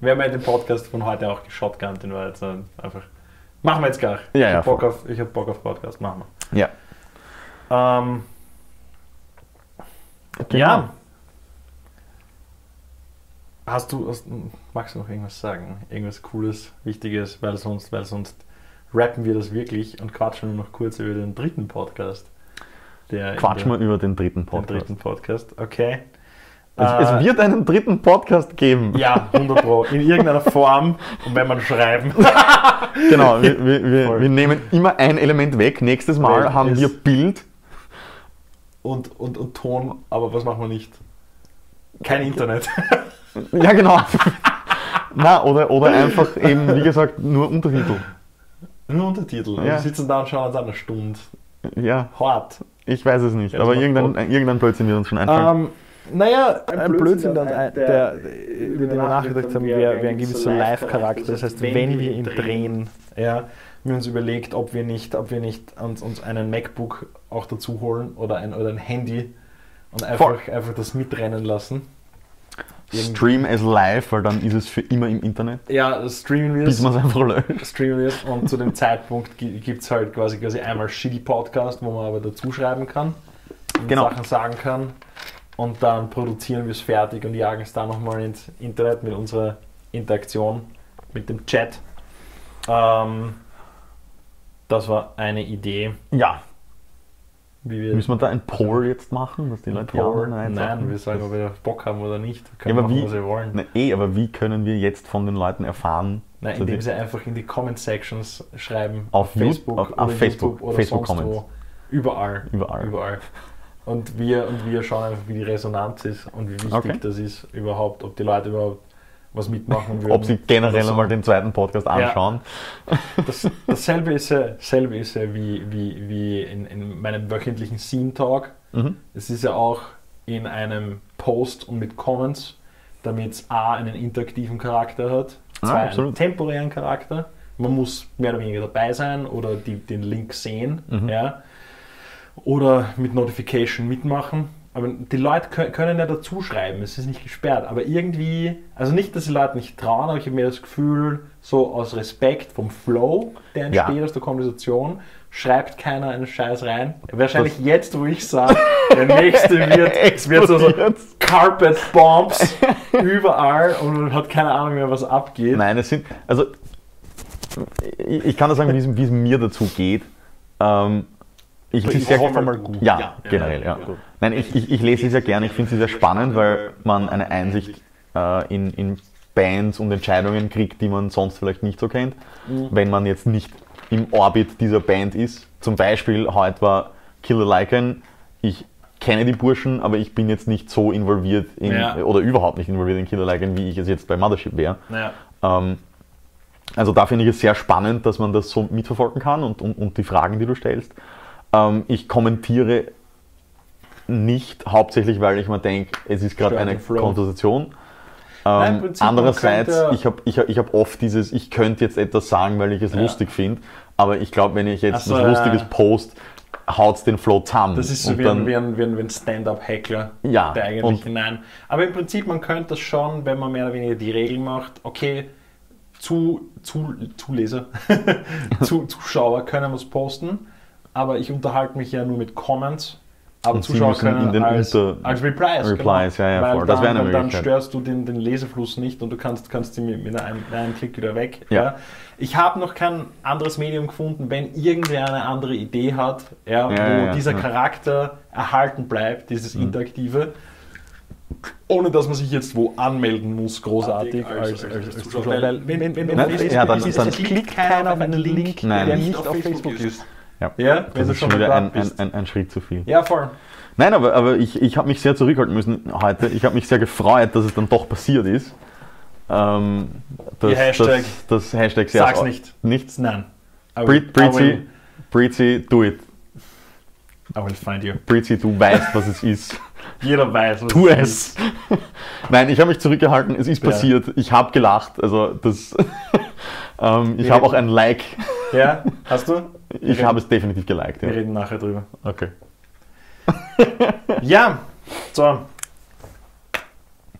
Speaker 1: Wir haben ja den Podcast von heute auch geshotgunt, den war jetzt äh, einfach. Machen wir jetzt gar. ich
Speaker 2: ja,
Speaker 1: hab Bock
Speaker 2: voll.
Speaker 1: auf, ich hab Bock auf Podcast, machen
Speaker 2: Ja.
Speaker 1: wir. Ähm, Ja. Hast du, hast, magst du noch irgendwas sagen? Irgendwas Cooles, Wichtiges, weil sonst, weil sonst rappen wir das wirklich und quatschen nur noch kurz über den dritten Podcast. Der
Speaker 2: Quatsch
Speaker 1: in der-
Speaker 2: mal über den dritten
Speaker 1: den
Speaker 2: Podcast. Also,
Speaker 1: dritten Podcast, okay.
Speaker 2: Es,
Speaker 1: Äh,
Speaker 2: es wird einen dritten Podcast geben.
Speaker 1: Ja, 100 Pro. In irgendeiner Form und wenn man schreiben.
Speaker 2: Genau, wir, wir, wir,
Speaker 1: Voll.
Speaker 2: wir nehmen immer ein Element weg. Nächstes Mal
Speaker 1: Weil
Speaker 2: haben
Speaker 1: es-
Speaker 2: wir Bild.
Speaker 1: und, und, und Ton, aber was machen wir nicht? Kein Internet.
Speaker 2: Ja, genau. Na, oder, oder einfach eben, wie gesagt, nur Untertitel.
Speaker 1: Nur Untertitel.
Speaker 2: Ja.
Speaker 1: Wir sitzen da und schauen uns an eine Stunde.
Speaker 2: Ja,
Speaker 1: Hart.
Speaker 2: ich weiß es nicht,
Speaker 1: Ja, das
Speaker 2: aber
Speaker 1: macht
Speaker 2: irgendein, irgendein Blödsinn wird uns schon einfallen.
Speaker 1: Ähm, naja, ein
Speaker 4: Blödsinn,
Speaker 1: dann,
Speaker 4: der-
Speaker 1: der, über
Speaker 4: wir
Speaker 1: den wir nachgedacht haben, wäre wäre ein gewisser Live-Charakter. Das heißt, wenn wir ihn drehen, ja, wir uns überlegt, ob wir nicht, ob wir nicht uns, uns einen MacBook auch dazu holen oder ein, oder ein Handy und einfach, einfach das mitrennen lassen. Irgendwie-
Speaker 2: Stream es live, weil dann ist es für immer im Internet.
Speaker 1: Ja, das streamen wir
Speaker 2: Bis
Speaker 1: es.
Speaker 2: man es einfach löscht.
Speaker 1: Streamen wir es und zu dem Zeitpunkt gibt es halt quasi, quasi einmal Shitty Podcast, wo man aber dazu schreiben kann und
Speaker 2: Genau.
Speaker 1: Sachen sagen kann. Und dann produzieren wir es fertig und jagen es dann nochmal ins Internet mit unserer Interaktion mit dem Chat. Ähm, das war eine Idee,
Speaker 2: Ja.
Speaker 1: wie wir.
Speaker 2: Müssen wir da ein Poll jetzt machen, dass die Leute ja oder
Speaker 1: Poll- Nein, wir sagen, ob wir Bock haben oder nicht. Wir können
Speaker 2: aber
Speaker 1: machen,
Speaker 2: wie-
Speaker 1: was wir wollen.
Speaker 2: Na, eh, aber wie können wir jetzt von den Leuten erfahren?
Speaker 1: Nein,
Speaker 2: so
Speaker 1: indem
Speaker 2: die-
Speaker 1: sie einfach in Also die Comment Sections schreiben.
Speaker 2: Auf Ju- auf- auf
Speaker 1: oder
Speaker 2: Facebook.
Speaker 1: YouTube oder
Speaker 2: Facebook
Speaker 1: sonst
Speaker 2: Comments.
Speaker 1: wo. Überall.
Speaker 2: Überall.
Speaker 1: Überall. Und wir, und wir schauen einfach, wie die Resonanz ist und wie wichtig
Speaker 2: Okay.
Speaker 1: das ist überhaupt, ob die Leute überhaupt was mitmachen würden.
Speaker 2: Ob sie generell
Speaker 1: Oder so.
Speaker 2: einmal den zweiten Podcast anschauen.
Speaker 1: Das, dasselbe ist ja, dasselbe ist ja wie, wie, wie in, in meinem wöchentlichen Scene-Talk.
Speaker 2: Mhm.
Speaker 1: Es ist ja auch in einem Post und mit Comments, damit es A einen interaktiven Charakter hat,
Speaker 2: Ah,
Speaker 1: zwei einen
Speaker 2: absolut.
Speaker 1: temporären Charakter. Man muss mehr oder weniger dabei sein oder die, den Link sehen
Speaker 2: Mhm.
Speaker 1: ja. oder mit Notification mitmachen. Aber die Leute kö- können ja dazu schreiben, es ist nicht gesperrt. Aber irgendwie, also nicht, dass die Leute nicht trauen, aber ich habe mir das Gefühl, so aus Respekt vom Flow, der
Speaker 2: Ja.
Speaker 1: entsteht aus der Konversation, schreibt keiner einen Scheiß rein. Wahrscheinlich jetzt, wo ich sage, der nächste wird, es wird so, so
Speaker 2: Explodiert's.
Speaker 1: Carpet Bombs überall und man hat keine Ahnung mehr, was abgeht.
Speaker 2: Nein, es sind. Also, ich, ich kann nur sagen, wie es- wie es mir dazu geht. Ähm, ich
Speaker 1: Aber
Speaker 2: lese
Speaker 1: ich
Speaker 2: sehr
Speaker 1: hoffe mal gut.
Speaker 2: Ja,
Speaker 4: Ja,
Speaker 2: generell, ja.
Speaker 4: ja, gut.
Speaker 2: Nein, ich, ich, ich lese es ja gerne, ich finde es sehr spannend, weil man eine Einsicht äh, in, in Bands und Entscheidungen kriegt, die man sonst vielleicht nicht so kennt,
Speaker 1: Mhm.
Speaker 2: wenn man jetzt nicht im Orbit dieser Band ist. Zum Beispiel, heute war Killer Lycan, ich kenne die Burschen, aber ich bin jetzt nicht so involviert in,
Speaker 1: Ja.
Speaker 2: oder überhaupt nicht involviert in Killer Lycan, wie ich es jetzt bei Mothership wäre.
Speaker 1: Naja.
Speaker 2: Ähm, also da finde ich es sehr spannend, dass man das so mitverfolgen kann und, und, und die Fragen, die du stellst. Ähm, ich kommentiere nicht hauptsächlich, weil ich mir denke, es ist gerade
Speaker 1: Stört
Speaker 2: eine
Speaker 1: den Flow.
Speaker 2: Konversation.
Speaker 1: Nein,
Speaker 2: Ähm,
Speaker 1: im Prinzip, man
Speaker 2: andererseits,
Speaker 1: könnte-
Speaker 2: ich habe ich hab, ich hab oft dieses, ich könnte jetzt etwas sagen, weil ich es
Speaker 1: Ja.
Speaker 2: lustig finde, aber ich glaube, wenn ich jetzt
Speaker 1: Ach so,
Speaker 2: was
Speaker 1: ja.
Speaker 2: Lustiges post, haut den Flow zusammen.
Speaker 1: Das ist so
Speaker 2: Und
Speaker 1: wie,
Speaker 2: dann-
Speaker 1: ein, wie, ein, wie, ein, wie ein Stand-up-Hackler,
Speaker 2: Ja,
Speaker 1: der eigentlich
Speaker 2: und-
Speaker 1: hinein. Aber im Prinzip, man könnte das schon, wenn man mehr oder weniger die Regeln macht, okay, zu, zu, Zuleser, zu, Zuschauer können was posten, aber ich unterhalte mich ja nur mit Comments. Aber
Speaker 2: Und sie
Speaker 1: Zuschauer
Speaker 2: müssen
Speaker 1: können
Speaker 2: in den
Speaker 1: als,
Speaker 2: Unter-
Speaker 1: als Replies. genau.
Speaker 2: Replies, ja, ja,
Speaker 1: Weil Dann,
Speaker 2: voll. Das wäre eine
Speaker 1: weil dann
Speaker 2: Möglichkeit.
Speaker 1: störst du den, den Lesefluss nicht und du kannst, kannst die mit, mit einem, mit einem Klick wieder weg.
Speaker 2: Ja.
Speaker 1: Ich habe noch kein anderes Medium gefunden, wenn irgendwer eine andere Idee hat, ja,
Speaker 2: Ja,
Speaker 1: wo
Speaker 2: ja, ja.
Speaker 1: dieser
Speaker 2: Ja. Mhm.
Speaker 1: Charakter erhalten bleibt, dieses Interaktive, ohne dass man sich jetzt wo anmelden muss, großartig als, als, als, also, Zuschauer. Weil wenn, wenn, wenn
Speaker 2: Nein,
Speaker 1: auf Facebook
Speaker 2: Ne? ja, dann-
Speaker 1: ist,
Speaker 2: dann-
Speaker 1: es klickt keiner auf einen Link,
Speaker 2: Nein.
Speaker 1: der nicht auf Facebook ist.
Speaker 2: ja.
Speaker 1: Ja, wenn
Speaker 2: das
Speaker 1: du
Speaker 2: ist schon
Speaker 1: schon
Speaker 2: wieder
Speaker 1: dort
Speaker 2: ein, ein,
Speaker 1: bist.
Speaker 2: ein, ein Schritt zu viel.
Speaker 1: Ja, voll.
Speaker 2: Nein, aber, aber ich, ich habe mich sehr zurückhalten müssen heute. Ich habe mich sehr gefreut, dass es dann doch passiert ist. Ähm, das,
Speaker 1: Ihr Hashtag.
Speaker 2: Das, das Hashtag sehr
Speaker 1: Sag's nicht.
Speaker 2: Nichts.
Speaker 1: Nein. I will,
Speaker 2: Brit,
Speaker 1: I will,
Speaker 2: Britzi, Britzi, do it.
Speaker 1: I will find you.
Speaker 2: Britzi, du weißt, was es ist.
Speaker 1: Jeder weiß, was
Speaker 2: Tu
Speaker 1: es
Speaker 2: es. Nein, ich habe mich zurückgehalten. Es ist
Speaker 1: Ja.
Speaker 2: passiert. Ich habe gelacht. Also das. ähm, ich
Speaker 1: Wir
Speaker 2: habe auch
Speaker 1: reden-
Speaker 2: ein Like.
Speaker 1: ist. Ja, hast du?
Speaker 2: Ich
Speaker 1: reden-
Speaker 2: habe es definitiv geliked.
Speaker 1: Wir
Speaker 2: Ja.
Speaker 1: reden nachher drüber.
Speaker 2: Okay.
Speaker 1: Ja, so.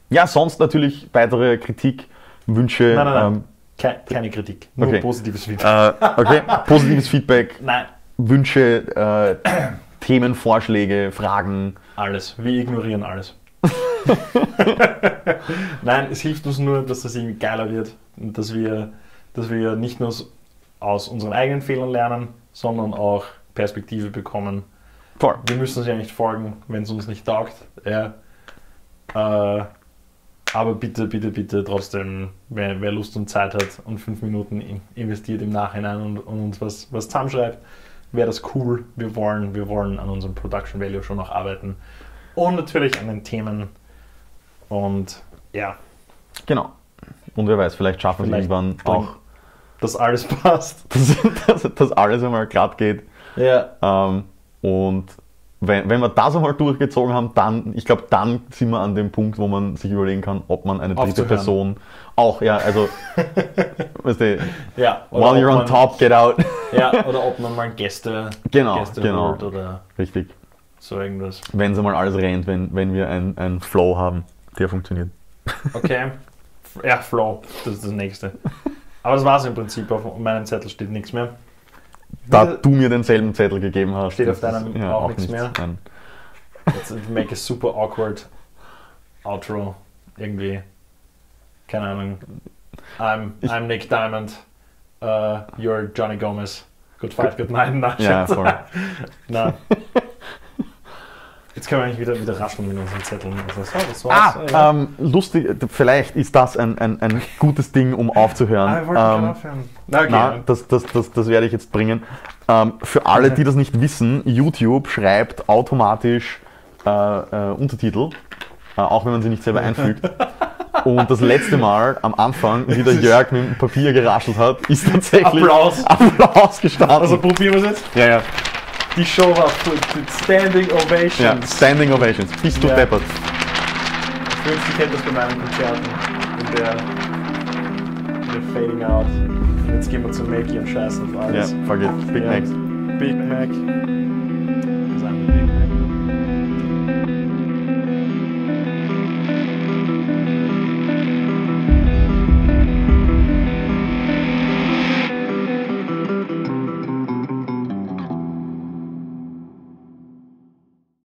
Speaker 2: Ja, sonst natürlich weitere Kritik, Wünsche.
Speaker 1: Nein, nein, nein. Ke keine Kritik. Nur
Speaker 2: Okay.
Speaker 1: positives Feedback.
Speaker 2: Ähm, äh, okay. Positives Feedback.
Speaker 1: Nein,
Speaker 2: Wünsche, äh, Themenvorschläge, Fragen.
Speaker 1: alles. Wir ignorieren alles. Nein, es hilft uns nur, dass das irgendwie geiler wird. Und dass wir, dass wir nicht nur aus- aus unseren eigenen Fehlern lernen, sondern auch Perspektive bekommen.
Speaker 2: Voll.
Speaker 1: Wir müssen es ja nicht folgen, wenn es uns nicht taugt. Ja. Äh, aber bitte, bitte, bitte trotzdem, wer, wer Lust und Zeit hat und fünf Minuten in- investiert im Nachhinein und, und uns was, was zusammenschreibt, wäre das cool. Wir wollen, wir wollen an unserem Production Value schon noch arbeiten. Und natürlich an den Themen. Und ja,
Speaker 2: Genau. Und wer weiß, vielleicht schaffen wir es
Speaker 1: Vielleicht
Speaker 2: irgendwann auch,
Speaker 1: dass alles passt.
Speaker 2: dass, dass, dass alles einmal glatt geht.
Speaker 1: Ja.
Speaker 2: Ähm, und wenn, wenn wir das einmal durchgezogen haben, dann, ich glaube, dann sind wir an dem Punkt, wo man sich überlegen kann, ob man eine dritte
Speaker 1: Aufzuhören.
Speaker 2: Person auch, ja, also, weißt du,
Speaker 1: Ja, oder
Speaker 2: while
Speaker 1: ob
Speaker 2: you're on
Speaker 1: man-
Speaker 2: top, get out.
Speaker 1: Ja, oder ob man mal Gäste,
Speaker 2: Genau,
Speaker 1: Gäste
Speaker 2: genau.
Speaker 1: holt oder
Speaker 2: Richtig.
Speaker 1: so irgendwas.
Speaker 2: Wenn es einmal alles rennt, wenn, wenn wir einen Flow haben, der funktioniert.
Speaker 1: Okay. Ja, Flow, das ist das nächste. Aber das war's im Prinzip. Auf meinem Zettel steht nichts mehr.
Speaker 2: Da
Speaker 1: Wieder-
Speaker 2: du mir denselben Zettel gegeben hast.
Speaker 1: Steht auf
Speaker 2: das
Speaker 1: deinem
Speaker 2: ist-
Speaker 1: auch nichts mehr?
Speaker 2: Nein.
Speaker 1: Jetzt make a super awkward Outro. Irgendwie. Keine Ahnung. I'm,
Speaker 2: Ich-
Speaker 1: I'm Nick Diamond. Uh, you're Johnny Gomez. Good fight, good night. Na,
Speaker 2: Ja,
Speaker 1: Scherz.
Speaker 2: voll.
Speaker 1: Na. Jetzt können wir eigentlich wieder, wieder rascheln mit unseren Zetteln. Also, so, das war's.
Speaker 2: Ah,
Speaker 1: ja.
Speaker 2: ähm, lustig, vielleicht ist das ein, ein, ein gutes Ding, um aufzuhören.
Speaker 1: Ah, wir wollten gerade
Speaker 2: Ähm,
Speaker 1: aufhören. Na, okay.
Speaker 2: Na, das, das, das, das werde ich jetzt bringen. Ähm, für alle, die das nicht wissen, YouTube schreibt automatisch äh, äh, Untertitel, äh, auch wenn man sie nicht selber einfügt. Und das letzte Mal am Anfang, wie der Jörg mit dem Papier geraschelt hat, ist tatsächlich
Speaker 1: Applaus.
Speaker 2: Applaus gestartet.
Speaker 1: Also probieren wir es jetzt.
Speaker 2: ja, ja.
Speaker 1: Die Show war full- mit Standing Ovations.
Speaker 2: ja. Standing Ovations. Bist du
Speaker 1: Ja.
Speaker 2: deppert.
Speaker 1: Ich wünschte, ich hätte das bei meinen Konzerten. Und der, der Fading Out. Und jetzt gehen wir zu Mackie und scheißen auf
Speaker 2: Ja,
Speaker 1: alles.
Speaker 2: fuck it. Big
Speaker 1: Ja.
Speaker 2: Macs.
Speaker 1: Big Mac.